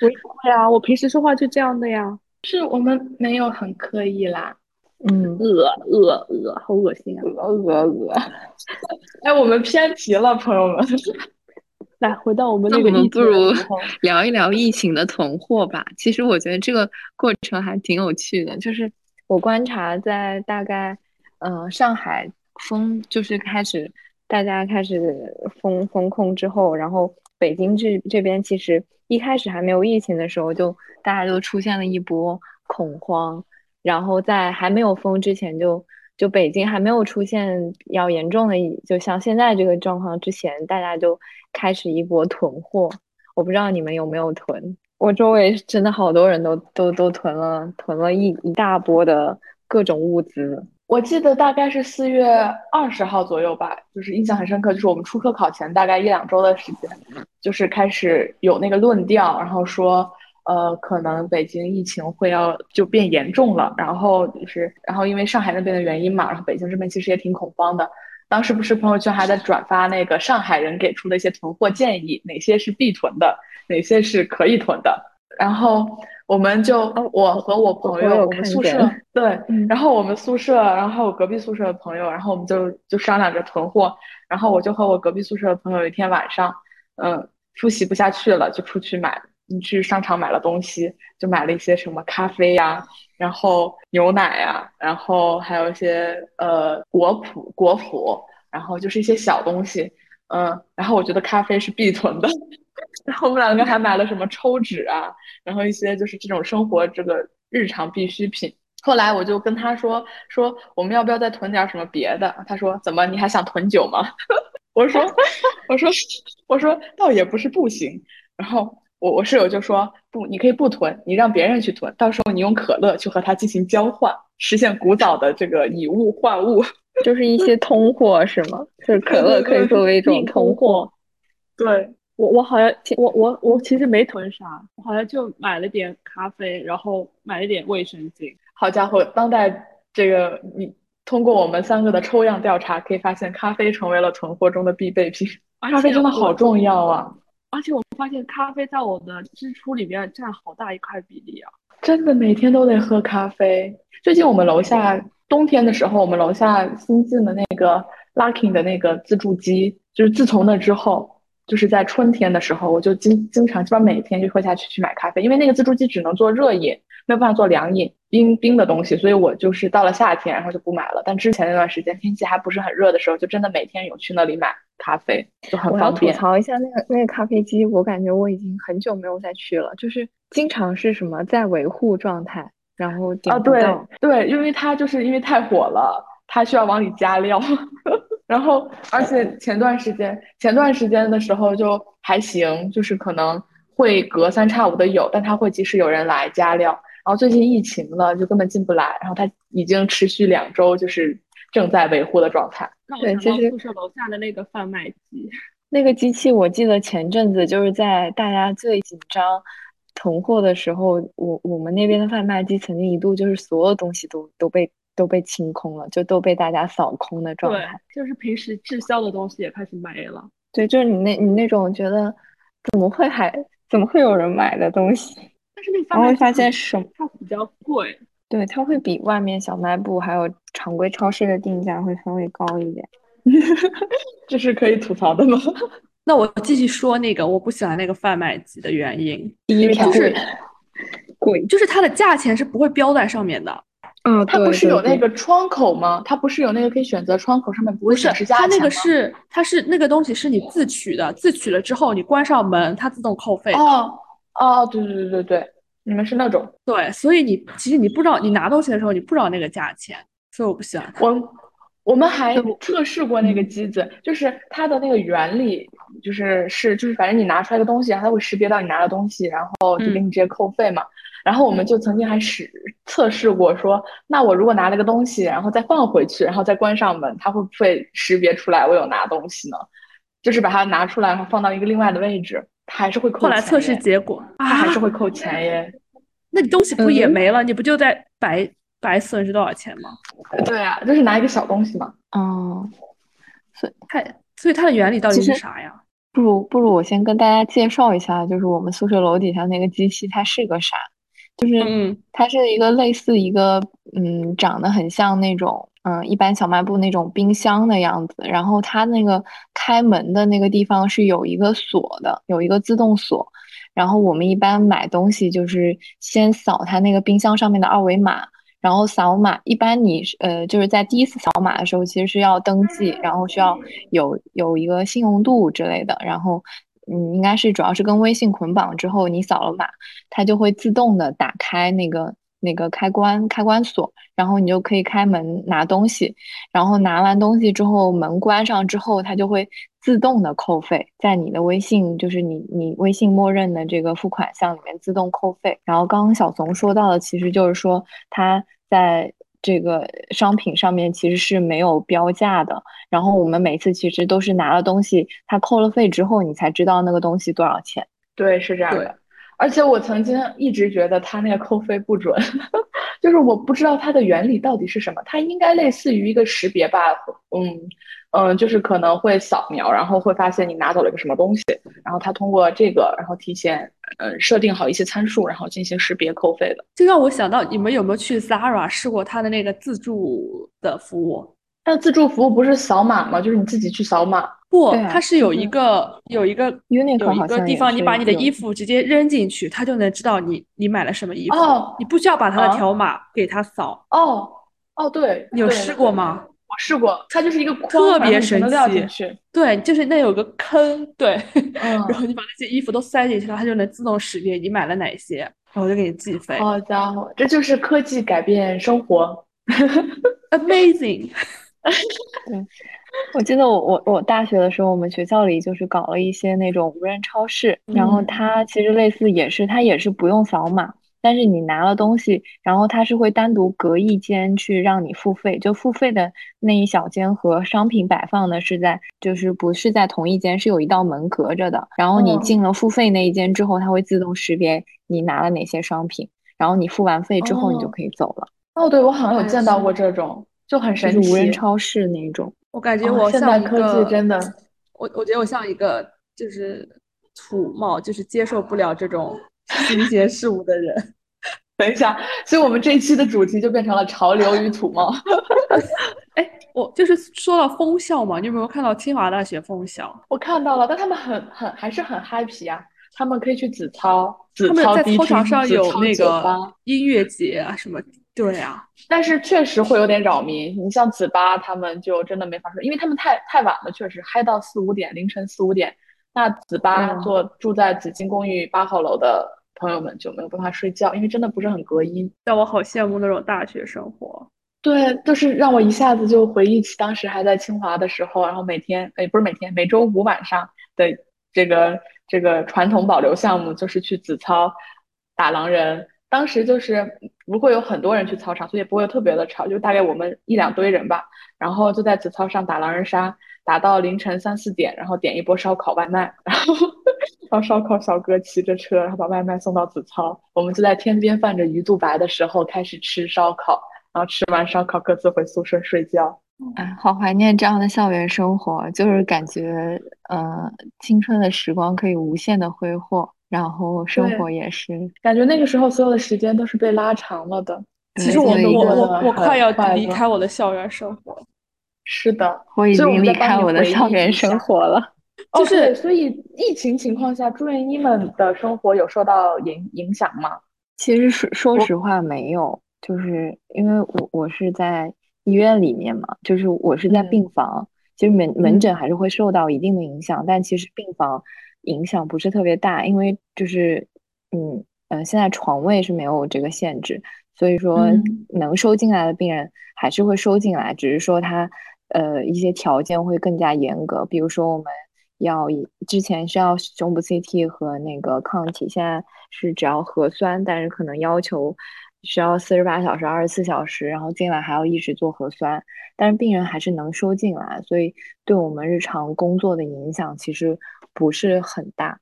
我也不会啊，我平时说话就这样的呀。是我们没有很刻意 (laughs) 啦。嗯，恶恶恶，好恶心啊！鹅鹅鹅， (laughs) 哎，我们偏题了，朋友们。来，回到我们那那个我们疫不情的如时候聊一聊疫情的囤货吧。其实我觉得这个过程还挺有趣的，就是我观察在大概，呃，上海封就是开始大家开始封封控之后，然后北京这这边其实一开始还没有疫情的时候，就大家就出现了一波恐慌，然后在还没有封之前就。就北京还没有出现比较严重的一，就像现在这个状况之前，大家就开始一波囤货，我不知道你们有没有囤，我周围真的好多人都都都囤了囤了一一大波的各种物资。我记得大概是四月二十号左右吧，就是印象很深刻，就是我们出科考前大概一两周的时间，就是开始有那个论调，然后说，呃，可能北京疫情会要就变严重了，然后就是，然后因为上海那边的原因嘛，然后北京这边其实也挺恐慌的。当时不是朋友圈还在转发那个上海人给出的一些囤货建议，哪些是必囤的，哪些是可以囤的，然后我们就我和我哦我朋有友，我看们宿见舍对。嗯，然后我们宿舍，然后还有隔壁宿舍的朋友，然后我们就就商量着囤货。然后我就和我隔壁宿舍的朋友有一天晚上，嗯，复习不下去了，就出去买，嗯去商场买了东西，就买了一些什么咖啡呀、然后牛奶呀、然后还有一些呃果脯、果脯，然后就是一些小东西，嗯，然后我觉得咖啡是必囤的。 (laughs) 然后我们两个还买了什么抽纸啊，然后一些就是这种生活这个日常必需品。后来我就跟他说说我们要不要再囤点什么别的？他说怎么你还想囤酒吗？ (laughs) 我说我说 (laughs) 我说倒也不是不行。然后我我室友就说不，你可以不囤，你让别人去囤，到时候你用可乐去和他进行交换，实现古早的这个以物换物。 (laughs) 就是一些通货是吗？就是可乐可以作为一种通货。对，我我好像我我我其实没囤啥，我好像就买了点咖啡，然后买了点卫生巾。好家伙，当代这个你通过我们三个的抽样调查，可以发现咖啡成为了囤货中的必备品。而咖啡且真的我好重要啊！而且我发现咖啡在我的支出里面占好大一块比例啊。真的每天都得喝咖啡。最近我们楼下冬天的时候，我们楼下新进的那个 Luckin 的那个自助机，就是自从那之后，就是在春天的时候，我就经经常基本上每天就会下去去买咖啡，因为那个自助机只能做热饮，没有办法做凉饮，冰冰的东西，所以我就是到了夏天，然后就不买了。但之前那段时间天气还不是很热的时候，就真的每天有去那里买咖啡，就很我要方吐便。槽一下那个那个咖啡机，我感觉我已经很久没有再去了，就是经常是什么在维护状态，然后点啊，不对到。对，因为它就是因为太火了，它需要往里加料。 (laughs) 然后，而且前段时间前段时间的时候就还行，就是可能会隔三差五的有，但它会及时有人来加料。然后最近疫情了，就根本进不来。然后它已经持续两周，就是正在维护的状态。让我对想其到实宿舍楼下的那个贩卖机，那个机器，我记得前阵子就是在大家最紧张囤货的时候，我我们那边的贩卖机曾经一度就是所有东西都都被都被清空了，就都被大家扫空的状对态。，就是平时滞销的东西也开始没了。对，就是你那你那种觉得怎么会还怎么会有人买的东西，但是那个贩然后卖会机发很现什么？它比较贵，对，它会比外面小卖部还有常规超市的定价会稍微高一点。这是可以吐 (laughs) 槽的吗？那我继续说那个我不喜欢那个贩卖机的原因，第一因为它条是贵，就是它的价钱是不会标在上面的，嗯，它对不是对有那对个窗口吗？它不是有那个可以选择窗口上面不不会是显示价它那钱个吗？是它是那个东西是你自取的，自取了之后你关上门，它自动扣费。哦哦，对对对对对，你们是那种。对，所以你其实你不知道你拿东西的时候你不知道那个价钱，所以我不喜欢它。我我们还对我嗯测试过那个机子，就是它的那个原理，就是是就是反正你拿出来个东西，然后它会识别到你拿的东西，然后就给嗯你直接扣费嘛。然后我们就曾经还试测试过说，那我如果拿了个东西，然后再放回去，然后再关上门，它会不会识别出来我有拿东西呢？就是把它拿出来，然后放到一个另外的位置，它还是会扣后来钱测试耶结果它还是啊，会扣 (laughs) 钱耶。那你东西不也嗯没了，你不就在白白损失多少钱吗？对啊，就是拿一个小东西嘛。哦。它所以它的原理到底其是实啥呀？不如不如我先跟大家介绍一下，就是我们宿舍楼底下那个机器它是个啥？嗯，它是一个类似一个嗯，长得很像那种嗯，一般小卖部那种冰箱的样子。然后它那个开门的那个地方是有一个锁的，有一个自动锁。然后我们一般买东西就是先扫它那个冰箱上面的二维码，然后扫码。一般你是呃就是在第一次扫码的时候，其实是要登记，然后需要有有一个信用度之类的。然后嗯，应该是主要是跟微信捆绑之后，你扫了码，它就会自动的打开那个那个开关开关锁，然后你就可以开门拿东西，然后拿完东西之后门关上之后，它就会自动的扣费，在你的微信就是你你微信默认的这个付款项里面自动扣费。然后刚刚小怂说到的，其实就是说它在。这个商品上面其实是没有标价的，然后我们每次其实都是拿了东西，它扣了费之后，你才知道那个东西多少钱。对，是这样对的。而且我曾经一直觉得它那个扣费不准， (laughs) 就是我不知道它的原理到底是什么。它应该类似于一个识别吧，嗯嗯，就是可能会扫描，然后会发现你拿走了一个什么东西，然后它通过这个，然后提前呃设定好一些参数，然后进行识别扣费的。就让我想到你们有没有去 Zara 试过它的那个自助的服务？但自助服务不是扫码吗？就是你自己去扫码。不，对啊它是有是一嗯的个有一个 Uniqlo 有一好个像地也方，你把是你的有衣服直接扔进去，它就能知道你你买了什么衣服，哦你不需要把它的啊条码给它扫。哦哦，对，你有对试过吗？我试过，它就是一个框，特然别后你全都神撂奇 (laughs) 进去。对，就是那有个坑，对，嗯， (laughs) 然后你把那些衣服都塞进去了，它就能自动识别你买了哪些，然后就给你计费。 (laughs) 好家伙，这就是科技改变生活。 Amazing！我记得我我我大学的时候，我们学校里就是搞了一些那种无人超市，然后嗯它其实类似也是，它也是不用扫码，但是你拿了东西，然后它是会单独隔一间去让你付费，就付费的那一小间和商品摆放的是在，就是不是在同一间，是有一道门隔着的。然后你嗯进了付费那一间之后，它会自动识别你拿了哪些商品，然后你付完费之后，你就哦可以走了，哦，对，我好像有见到是过这种，就很就神是无人奇。超市那种。我感觉哦我现像代一科技个，真的，我我觉得我像一个就是土猫，就是接受不了这种新鲜事物的人。 (laughs) 等一下，所以我们这一期的主题就变成了潮流与土猫。哎，我就是说到封校嘛，你有没有看到清华大学封校？我看到了，但他们很很还是很 happy 啊，他们可以去紫操，紫他们操在 DT，操场上紫有操那酒吧个音乐节啊什么，对啊，但是确实会有点扰民。你像紫八他们就真的没法睡，因为他们太太晚了，确实嗨到四五点，凌晨四五点。那紫八嗯做住在紫金公寓八号楼的朋友们就没有办法睡觉，因为真的不是很隔音。但我好羡慕那种大学生活。对，就是让我一下子就回忆起当时还在清华的时候，然后每天，哎，不是每天，每周五晚上的这个这个传统保留项目就是去紫操打狼人。当时就是不会有很多人去操场，所以也不会特别的吵，就大概我们一两堆人吧。然后就在紫操上打狼人杀，打到凌晨三四点，然后点一波烧烤外卖，然后让烧烤小哥骑着车，然后把外卖送到紫操。我们就在天边泛着鱼肚白的时候开始吃烧烤。然后吃完烧烤各自回宿舍睡觉。哎，好怀念这样的校园生活，就是感觉，呃，青春的时光可以无限的挥霍，然后生对活也是，感觉那个时候所有的时间都是被拉长了的。其实对我作为一我个我我快要很快乐离开我的校园生活了，是的，我已所以我们经离在帮开你我的回忆校园一下生活了。就就是所以疫情情况下，住院医们的生活有受到影影响吗？其实说说实话没有，就是因为我我是在医院里面嘛，就是我是在嗯病房，其实门门嗯诊还是会受到一定的影响，但其实病房影响不是特别大，因为就是嗯呃，现在床位是没有这个限制，所以说嗯能收进来的病人还是会收进来，只是说他呃一些条件会更加严格，比如说我们要以之前是要胸部 CT 和那个抗体，现在是只要核酸，但是可能要求需要四十八小时、二十四小时，然后进来还要一直做核酸，但是病人还是能收进来，所以对我们日常工作的影响其实不是很大。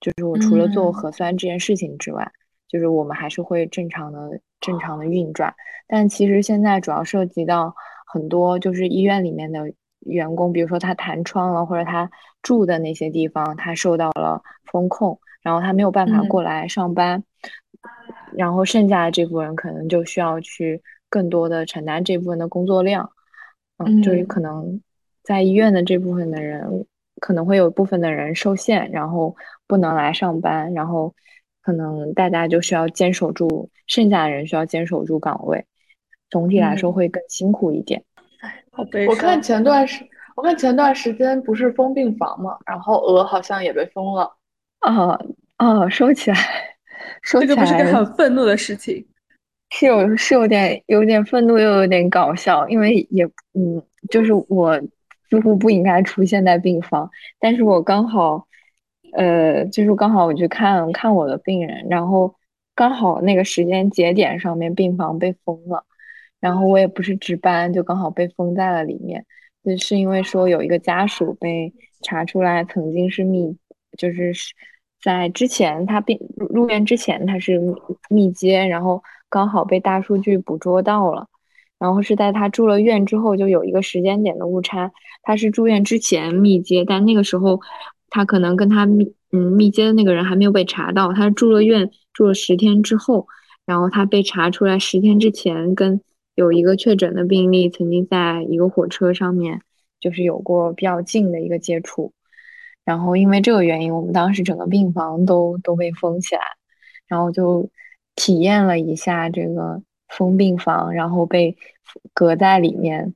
就是我除了做嗯核酸这件事情之外，就是我们还是会正常的、正常的运转。但其实现在主要涉及到很多就是医院里面的员工，比如说他弹窗了，或者他住的那些地方，他受到了风控，然后他没有办法嗯过来上班，然后剩下的这部分人可能就需要去更多的承担这部分的工作量。嗯，就是嗯可能在医院的这部分的人，可能会有部分的人受限，然后不能来上班，然后可能大家就需要坚守住，剩下的人需要坚守住岗位，总体来说嗯会更辛苦一点。好悲我伤看。前段时，我看前段时间不是封病房嘛，然后鹅好像也被封了。啊啊，说起来， (laughs) 说这起个不是个来很愤怒的事情，是有是有点有点愤怒，又有点搞笑，因为也嗯，就是我似乎不应该出现在病房，但是我刚好，呃，就是刚好我去看看我的病人，然后刚好那个时间节点上面病房被封了，然后我也不是值班，就刚好被封在了里面，就是因为说有一个家属被查出来曾经是密，就是是在之前他病入入院之前他是密密接，然后刚好被大数据捕捉到了，然后是在他住了院之后就有一个时间点的误差，他是住院之前密接，但那个时候他可能跟他密嗯密接的那个人还没有被查到，他是住了院住了十天之后，然后他被查出来十天之前跟有一个确诊的病例曾经在一个火车上面就是有过比较近的一个接触，然后因为这个原因，我们当时整个病房都都被封起来，然后就体验了一下这个封病房，然后被隔在里面，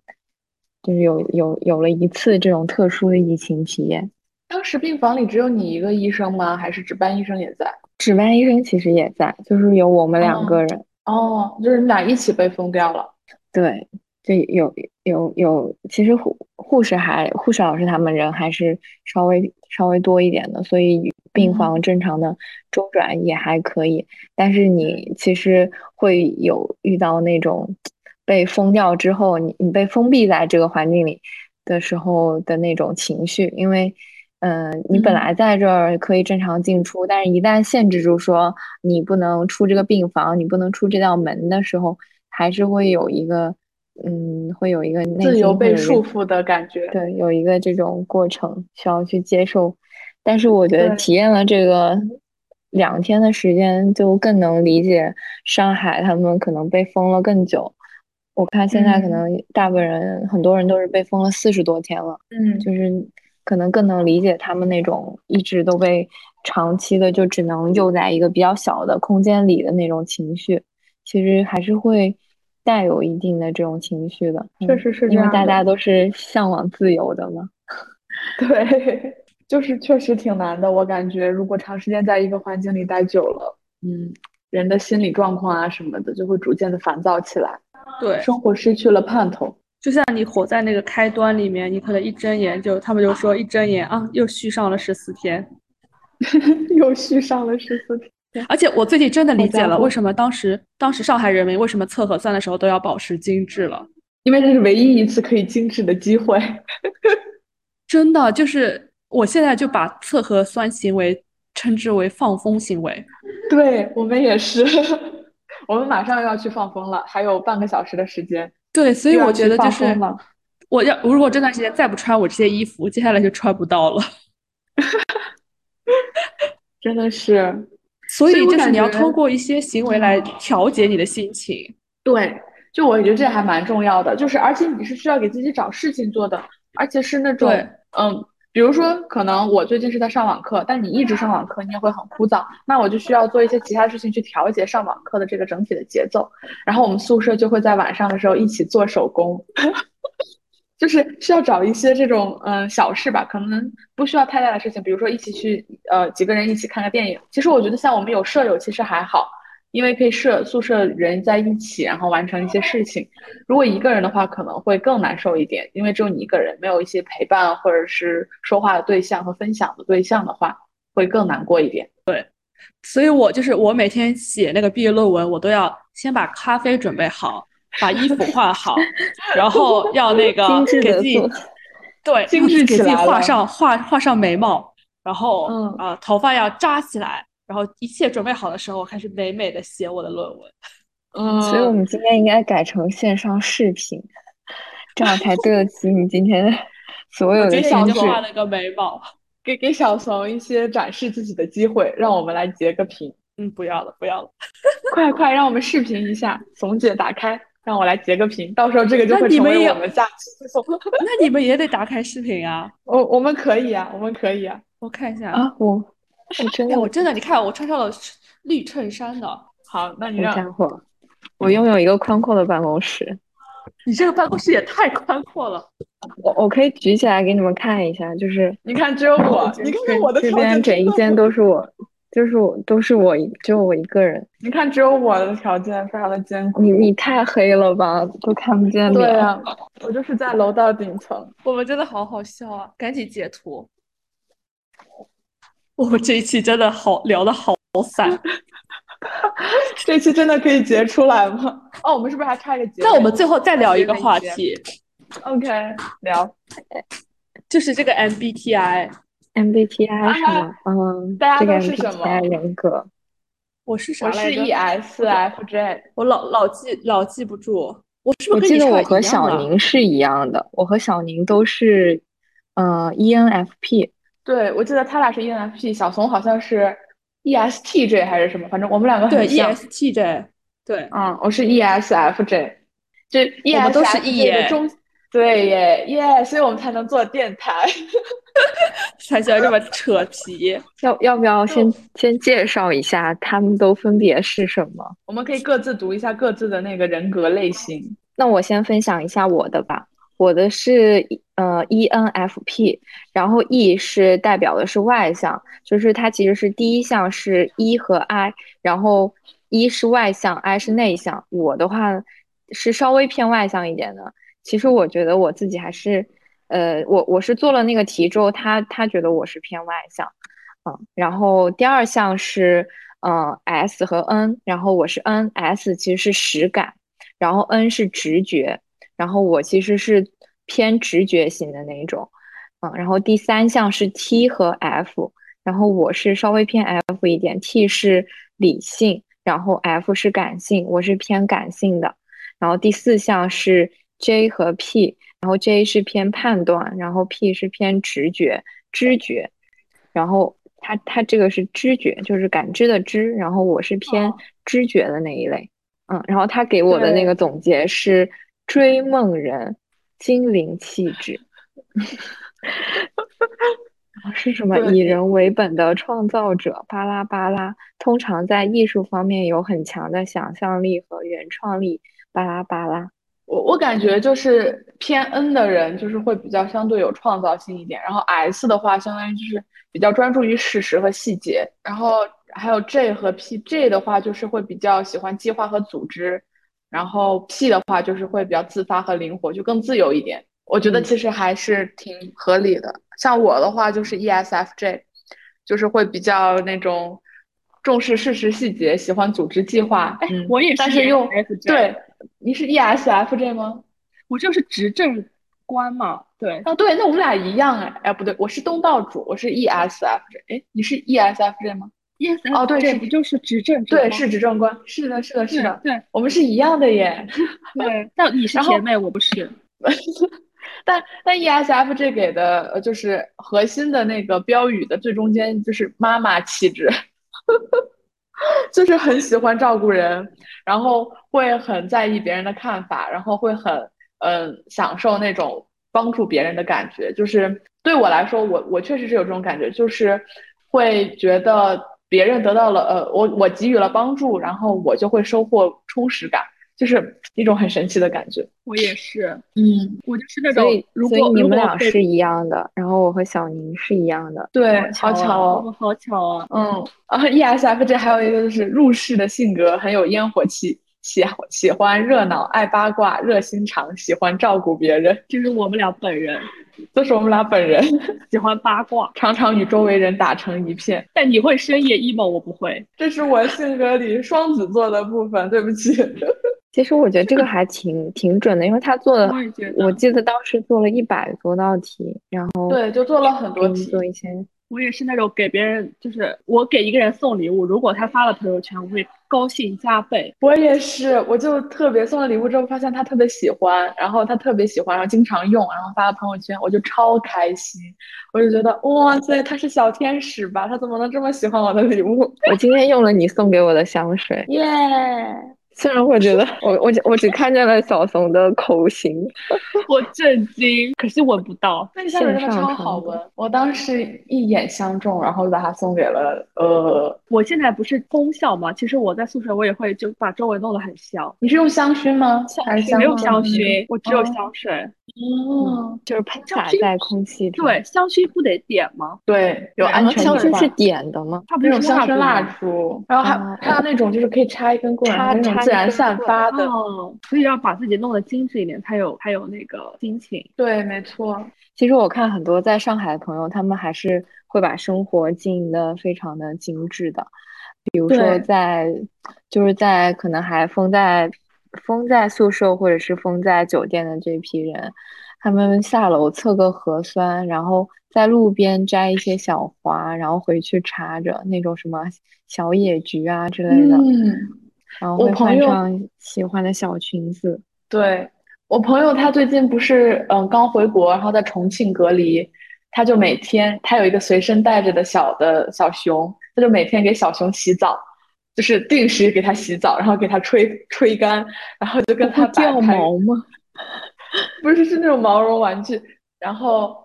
就是有有有了一次这种特殊的疫情体验。当时病房里只有你一个医生吗？还是值班医生也在？值班医生其实也在，就是有我们两哦个人。哦，就是你俩一起被封掉了。对，就有有有，其实护护士还护士老师他们人还是稍微稍微多一点的，所以病嗯房正常的周转也还可以。但是你其实会有遇到那种被封掉之后，你你被封闭在这个环境里的时候的那种情绪，因为。嗯，你本嗯来在这儿可以正常进出，但是一旦限制住说你不能出这个病房，你不能出这道门的时候，还是会有一个，嗯，会有一个内自心由会被有一个束缚的感觉对，有一个这种过程需要去接受。但是我觉得对体验了这个两天的时间，就更能理解上海他们可能被封了更久，我看现在可嗯能大部分人，很多人都是被封了四十多天了，嗯，就是可能更能理解他们那种一直都被长期的就只能囿在一个比较小的空间里的那种情绪，其实还是会带有一定的这种情绪的，确嗯实是这因为样大的家都是向往自由的嘛。 (laughs) 对，就是确实挺难的。我感觉如果长时间在一个环境里待久了，嗯，人的心理状况啊什么的就会逐渐的烦躁起来，对，生活失去了盼头。就像你活在那个开端里面，你可能一睁眼就，他们就说一睁眼啊，又续上了十四天。又续上了十四天，而且我最近真的理好解家了伙为什么当时当时上海人民为什么测核酸的时候都要保持精致了。因为这是唯一一次可以精致的机会。真的就是，我现在就把测核酸行为称之为放风行为。对，我们也是， (laughs) 我们马上要去放风了，还有半个小时的时间。对，所以又要我去觉得就放是风了，我要如果这段时间再不穿我这些衣服，接下来就穿不到了。真的是，所所以以我就是感你要觉通过一些行为来调节你的心情。对，就我觉得这还蛮重要的，就是而且你是需要给自己找事情做的，而且是那种对嗯，比如说可能我最近是在上网课，但你一直上网课，你也会很枯燥，那我就需要做一些其他事情去调节上网课的这个整体的节奏。然后我们宿舍就会在晚上的时候一起做手工， (laughs) 就是需要找一些这种嗯、呃小事吧，可能不需要太大的事情，比如说一起去呃几个人一起看个电影。其实我觉得像我们有舍友其实还好，因为可以舍宿舍人在一起，然后完成一些事情。如果一个人的话，可能会更难受一点，因为只有你一个人，没有一些陪伴或者是说话的对象和分享的对象的话，会更难过一点。所以我就是我每天写那个毕业论文，我都要先把咖啡准备好，把衣服换好，然后要那个精致给地自己做对精致给起自己来画了上画画上眉毛，然后嗯啊、呃头发要扎起来，然后一切准备好的时候，开始美美的写我的论文。嗯，所以我们今天应该改成线上视频，这样才对得起你今天所有我的今天兴已致经。画了个眉毛，给给小怂一些展示自己的机会，让我们来截个屏。嗯，不要了，不要了。快快，让我们视频一下，怂姐打开，让我来截个屏，到时候这个就那会你成们为也我们假期推送。那你们也得打开视频啊，我我们可以啊，我们可以啊，我看一下。啊，我我真哎，的我真的，你看我穿上了绿衬衫呢。好，那你好让家伙，我拥有一个宽阔的办公室，你这个办公室也太宽阔了。我我可以举起来给你们看一下，就是你看只有我，就你看是看我的这条件，边整一间都是我，就是我都是我一，只有我一个人。你看只有我的条件非常的艰苦。你你太黑了吧，都看不见对脸。啊，我就是在楼道顶层，我们真的好好笑啊！赶紧截图。我们这一期真的好聊的好散，这期真的可以截出来吗？哦，我们是不是还差一个截尾？那我们最后再聊一个话题， OK 聊，就是这个 MBTI， MBTI 是啊吗？嗯，大家这个都是什么 MBTI 人格，我是 E 啥我来是 E 着？ ESFJ，我老老记老记不住，我是不我是跟记你得差我一和样小啊宁是一样的，我和小宁都是，呃，ENFP。对，我记得他俩是 E ENFP，小怂好像是 E ESTJ 还是什么，反正我们两个很对，E 像。 ESTJ，对，嗯，我是 ESFJ，就我们都是 ESFJ E 的耶中，对耶耶，所以我们才能做电台。 (laughs) 才喜欢这么扯皮。要要不哦要先先介绍一下他们都分别是什么？我们可以各自读一下各自的那个人格类型。那我先分享一下我的吧，我的是呃 ENFP，然后 E 是代表的是外向，就是它其实是第一项是 E 和 I，然后 E 是外向，I 是内向。我的话是稍微偏外向一点的。其实我觉得我自己还是，呃，我我是做了那个题之后，他他觉得我是偏外向，嗯，然后第二项是呃 S 和 N，然后我是 N，S 其实是实感。然后 N 是直觉，然后我其实是偏直觉型的那一种，嗯，然后第三项是 T 和 F，然后我是稍微偏 F 一点，T 是理性，然后 F 是感性，我是偏感性的，然后第四项是 J 和 P，然后 J 是偏判断，然后 P 是偏直觉，知觉，然后它它这个是知觉，就是感知的知，然后我是偏知觉的那一类。嗯，然后他给我的那对个总结是追梦人，精灵气质。是什么对以人为本的创造者？巴拉巴拉，通常在艺术方面有很强的想象力和原创力。巴拉巴拉，我我感觉就是偏 N 的人，就是会比较相对有创造性一点，然后 S 的话，相当于就是比较专注于事实和细节，然后还有 J 和 P，J 的话就是会比较喜欢计划和组织，然后 P 的话就是会比较自发和灵活，就更自由一点。我觉得嗯其实还是挺合理的。像我的话就是 E ESFJ，就是会比较那种重视事实细节，喜欢组织计划，哎，嗯我也但是 E 是又 ESFJ 对，你是 E ESFJ 吗？我就是执政官嘛，对，啊，对，那我们俩一样哎，哎，不对，我是东道主，我是 ESFJ，哎，你是 ESFJ 吗？ ESFJ 哦对是不就是执政者对，吗是执政官，是的，是的，对是的，对我们是一样的耶。 (laughs) 对，但你 (laughs) 是然后姐妹，我不是。 (laughs) 但但 E ESFJ 给的呃就是核心的那个标语的最中间就是妈妈气质， (laughs) 就是很喜欢照顾人，然后会很在意别人的看法，然后会很嗯、呃享受那种帮助别人的感觉。就是对我来说，我我确实是有这种感觉，就是会觉得别人得到了呃我我给予了帮助，然后我就会收获充实感，就是一种很神奇的感觉。 (laughs) 我也是，嗯，我就是那所种以如所以果你如们果俩被是一样的，然后我和小宁是一样的。对，好好巧啊哦。我好巧啊！嗯，啊，ESFJ 还有一个就是入世的性格，很有烟火气，喜喜欢热闹，爱八卦，热心肠，喜欢照顾别人，就是我们俩本人这是我们俩本人，喜欢八卦，常常与周围人打成一片。但你会深夜 emo，我不会。这是我性格里双子座的部分，对不起。其实我觉得这个还挺挺准的，因为他做的我，也觉我得，记得当时做了一百多道题，然后对，就做了很多嗯题。做一些我也是那种给别人，就是我给一个人送礼物，如果他发了朋友圈，我会高兴加倍。我也是，我就特别送了礼物之后，发现他特别喜欢，然后他特别喜欢，然后经常用，然后发了朋友圈，我就超开心，我就觉得哇塞，他是小天使吧？他怎么能这么喜欢我的礼物？ (laughs) 我今天用了你送给我的香水，耶！虽然我觉得我我只我只看见了小怂的口型，我震惊，可惜闻不到。那香水真线的上超传好播闻，我当时一眼相中，然后就把它送给了呃，我现在不是封校嘛，其实我在宿舍我也会就把周围弄得很香，你是用香薰吗？还是没有香香氛？薰，我只有哦香水。哦，就是喷香洒薰在空气中。嗯对，香薰不得点吗？对，有对安然后全香隐薰患是点的吗？它不那是种说香蜡薰烛蜡吗烛，然后还哦还有那种就是可以插一根棍儿，插然后那种插自一然根散棍儿啊发的。哦，所以要把自己弄得精致一点，才有才有那个心情。对，没错。其实我看很多在上海的朋友，他们还是会把生活经营的非常的精致的，比如说对在，就是在可能还封在封在宿舍或者是封在酒店的这批人，他们下楼测个核酸，然后在路边摘一些小花，然后回去插着那种什么小野菊啊之类的，嗯，然后我会朋换友上喜欢的小裙子。对，我朋友他最近不是嗯刚回国，然后在重庆隔离，他就每天他有一个随身带着的小的小熊，他就每天给小熊洗澡，就是定时给它洗澡，然后给它吹吹干，然后就跟它会摆掉拍，毛吗？不是是那种毛绒玩具，然后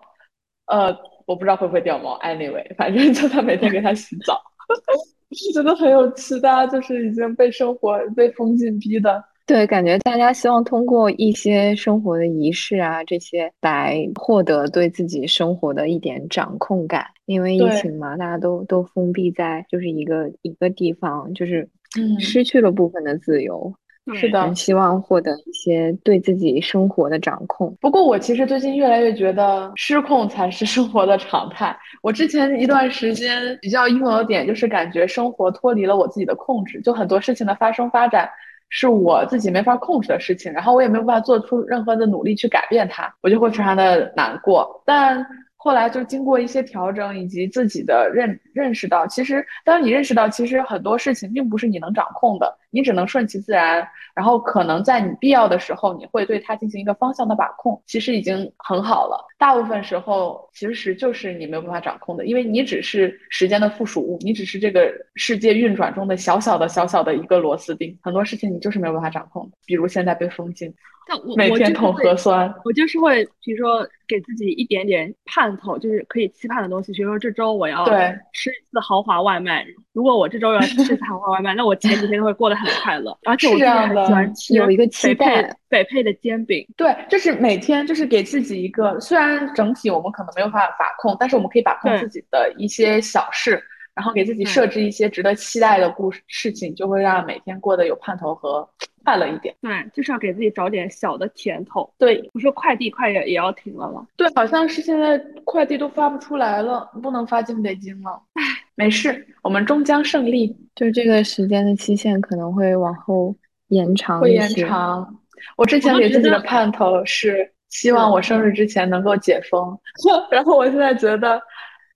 呃我不知道会不会掉毛，anyway，反正就他每天给它洗澡， (laughs) 我是觉得很有趣，大家就是已经被生活被封禁逼的。对，感觉大家希望通过一些生活的仪式啊，这些来获得对自己生活的一点掌控感。因为疫对情嘛，大家都都封闭在就是一个一个地方，就是嗯失去了部分的自由。是的嗯希望获得一些对自己生活的掌控。不过我其实最近越来越觉得失控才是生活的常态。我之前一段时间比较 emo 的点就是感觉生活脱离了我自己的控制，就很多事情的发生发展是我自己没法控制的事情，然后我也没有办法做出任何的努力去改变它，我就会非常的难过。但后来就经过一些调整以及自己的认认识到，其实当你认识到，其实很多事情并不是你能掌控的，你只能顺其自然，然后可能在你必要的时候，你会对它进行一个方向的把控，其实已经很好了。大部分时候其实就是你没有办法掌控的，因为你只是时间的附属物，你只是这个世界运转中的小小的小小的一个螺丝钉，很多事情你就是没有办法掌控的，比如现在被封禁，但我每我天就是捅会核酸。我就是会，比如说给自己一点点盼头，就是可以期盼的东西。比如说这周我要对吃一次豪华外卖，如果我这周要吃一次豪华外卖，那我前几天就会过得很快乐。而且我是这最近样很的喜欢吃有一个期北待配北配的煎饼，对，就是每天就是给自己一个，虽然整体我们可能没有办法把控，但是我们可以把控对自己的一些小事，然后给自己设置一些值得期待的故事事情，就会让每天过得有盼头和快乐一点。对，就是要给自己找点小的甜头。对不是快递快也也要停了吗？对，好像是现在快递都发不出来了，不能发进北京了。唉，没事，我们终将胜利，就这个时间的期限可能会往后延长会一延些。长。我之前嗯我都给觉自己得的盼头是希望我生日之前能够解封， (laughs) 然后我现在觉得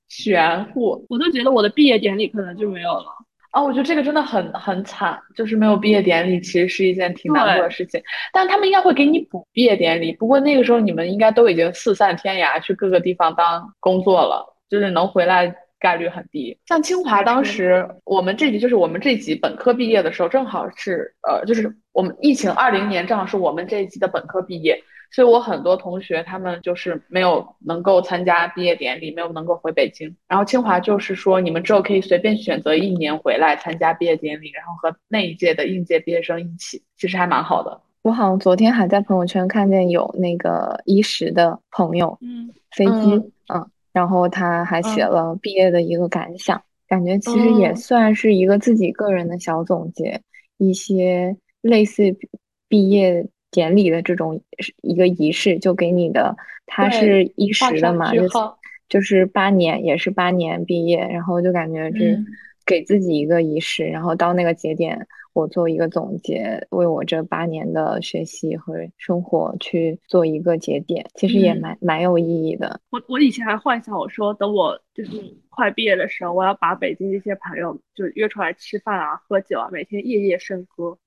玄乎。我都觉得我的毕业典礼可能就没有了。啊，我觉得这个真的很很惨，就是没有毕业典礼，其实是一件挺难过的事情。但他们应该会给你补毕业典礼，不过那个时候你们应该都已经四散天涯，去各个地方当工作了，就是能回来概率很低。像清华当时，我们这级就是我们这级本科毕业的时候，正好是呃，就是我们疫情二零年正好是我们这一级的本科毕业，所以我很多同学他们就是没有能够参加毕业典礼，没有能够回北京。然后清华就是说，你们之后可以随便选择一年回来参加毕业典礼，然后和那一届的应届毕业生一起，其实还蛮好的。我好像昨天还在朋友圈看见有那个一石的朋友嗯，飞嗯机，嗯，然后他还写嗯了毕业的一个感想，感觉其实也哦算是一个自己个人的小总结，一些类似毕毕业典礼的这种一个仪式，就给你的，他对是一画时的上嘛，句就号就是八年，也是八年毕业，然后就感觉这嗯给自己一个仪式，然后到那个节点，我做一个总结，为我这八年的学习和生活去做一个节点，其实也嗯蛮蛮有意义的。我我以前还幻想我说，等我就是快毕业的时候，我要把北京这些朋友就约出来吃饭啊、喝酒啊，每天夜夜笙歌。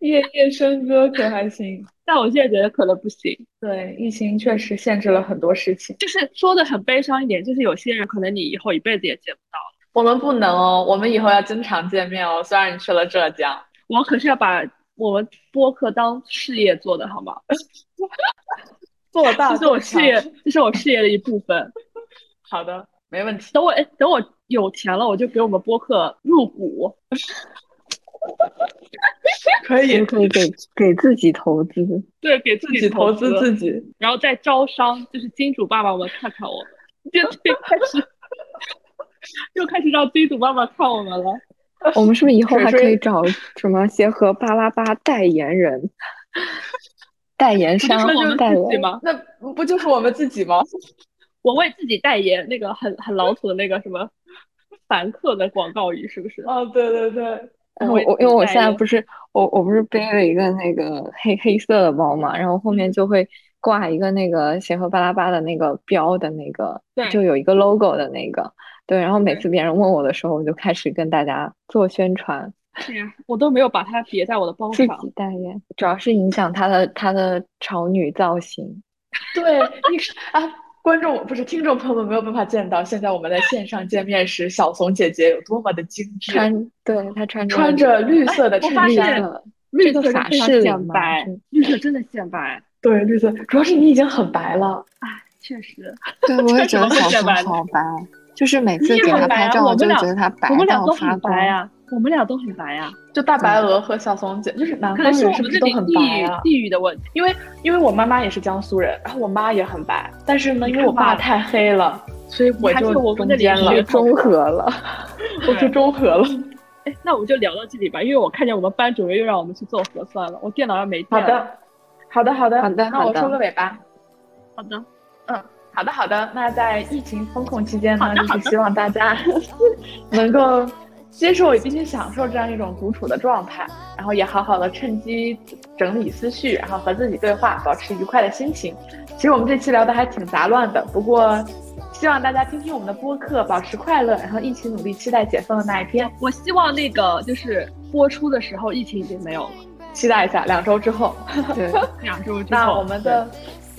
夜夜笙歌可还行？但我现在觉得可能不行，对，疫情确实限制了很多事情。就是说的很悲伤一点，就是有些人可能你以后一辈子也见不到。我们不能哦，我们以后要经常见面哦。虽然你去了浙江，我可是要把我们播客当事业做的，好吗？做这 (laughs) 大是我做事强。业，这是我事业的一部分。 (laughs) 好的，没问题。等我哎，等我有钱了，我就给我们播客入股。可以就可以给给自己投资，对，给自自己投资自资己。然后再招商，就是金主爸爸们看看我们， (laughs) 就又开始 (laughs) 又开始让金主爸爸看我们了。我们是不是以后水还可水以找什么协和巴拉巴代言人、代言不就商说我们代自己言？吗？那不就是我们自己吗？ (laughs) 我为自己代言那个很很老土的那个什么凡客的广告语，是不是？哦，对对对，然我后也呃我自因为己我代现在言不是我我不是背了一个那个黑黑色的包嘛，然后后面就会挂一个那个协和巴拉巴的那个标的那个，对就有一个 logo 的那个，对，然后每对次别人问我的时候，我就开始跟大家做宣传，天啊我都没有把它别在我的包自上己。代言，主要是影响他的他的潮女造型，对，你是啊，观众不是听众朋友们没有办法见到，现在我们在线上见面时，小怂姐姐有多么的精致，穿对他穿着穿着绿色的哎我衬发绿衫，现色，绿这个色法非常式显领嘛白是，绿色真的显白，哎对，绿色，主要是你已经很白了，确实。 (laughs) 对，我也为什觉得么会小显宋白呢好白，啊就是每次你也给很他白拍啊照，我我们就俩觉得他白我们俩到都发很白光。啊呀、我们俩都很白呀、就大白鹅和小怂姐，就是南可能方是我人是们不这是都里很地白域啊？地域的问题。因为因为我妈妈也是江苏人，然后我妈也很白，但是呢，你因为看我爸吧太黑了，所以我还就是我们中这里间地了就，域中和了。 (laughs) 我就中和了。哎，那我们就聊到这里吧，因为我看见我们班主任又让我们去做核酸了，我电脑要没好电了。的，好的，好的，好的那好我的收个尾吧。好的，好的，好的。那在疫情风控期间好呢，的就是希望大 (laughs) 家能够接受并且享受这样一种独处的状态，然后也好好的趁机整理思绪，然后和自己对话，保持愉快的心情。其实我们这期聊的还挺杂乱的，不过希望大家听听我们的播客，保持快乐，然后一起努力，期待解封的那一天。我希望那个就是播出的时候，疫情已经没有了，期待一下，两周之后。 (laughs) 对，两周之那后，我们的，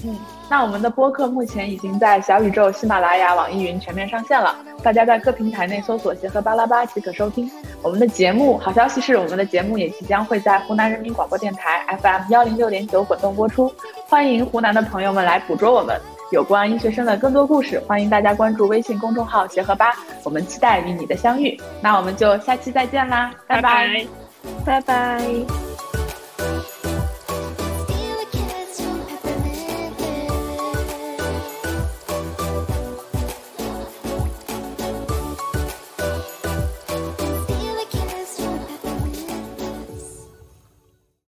嗯，那我们的播客目前已经在小宇宙、喜马拉雅、网易云全面上线了，大家在各平台内搜索“协和巴拉巴”即可收听。我们的节目，好消息是，我们的节目也即将会在湖南人民广播电台 FM 幺零六点九滚动播出，欢迎湖南的朋友们来捕捉我们。有关医学生的更多故事，欢迎大家关注微信公众号“协和吧”，我们期待与你的相遇。那我们就下期再见啦，拜拜。拜拜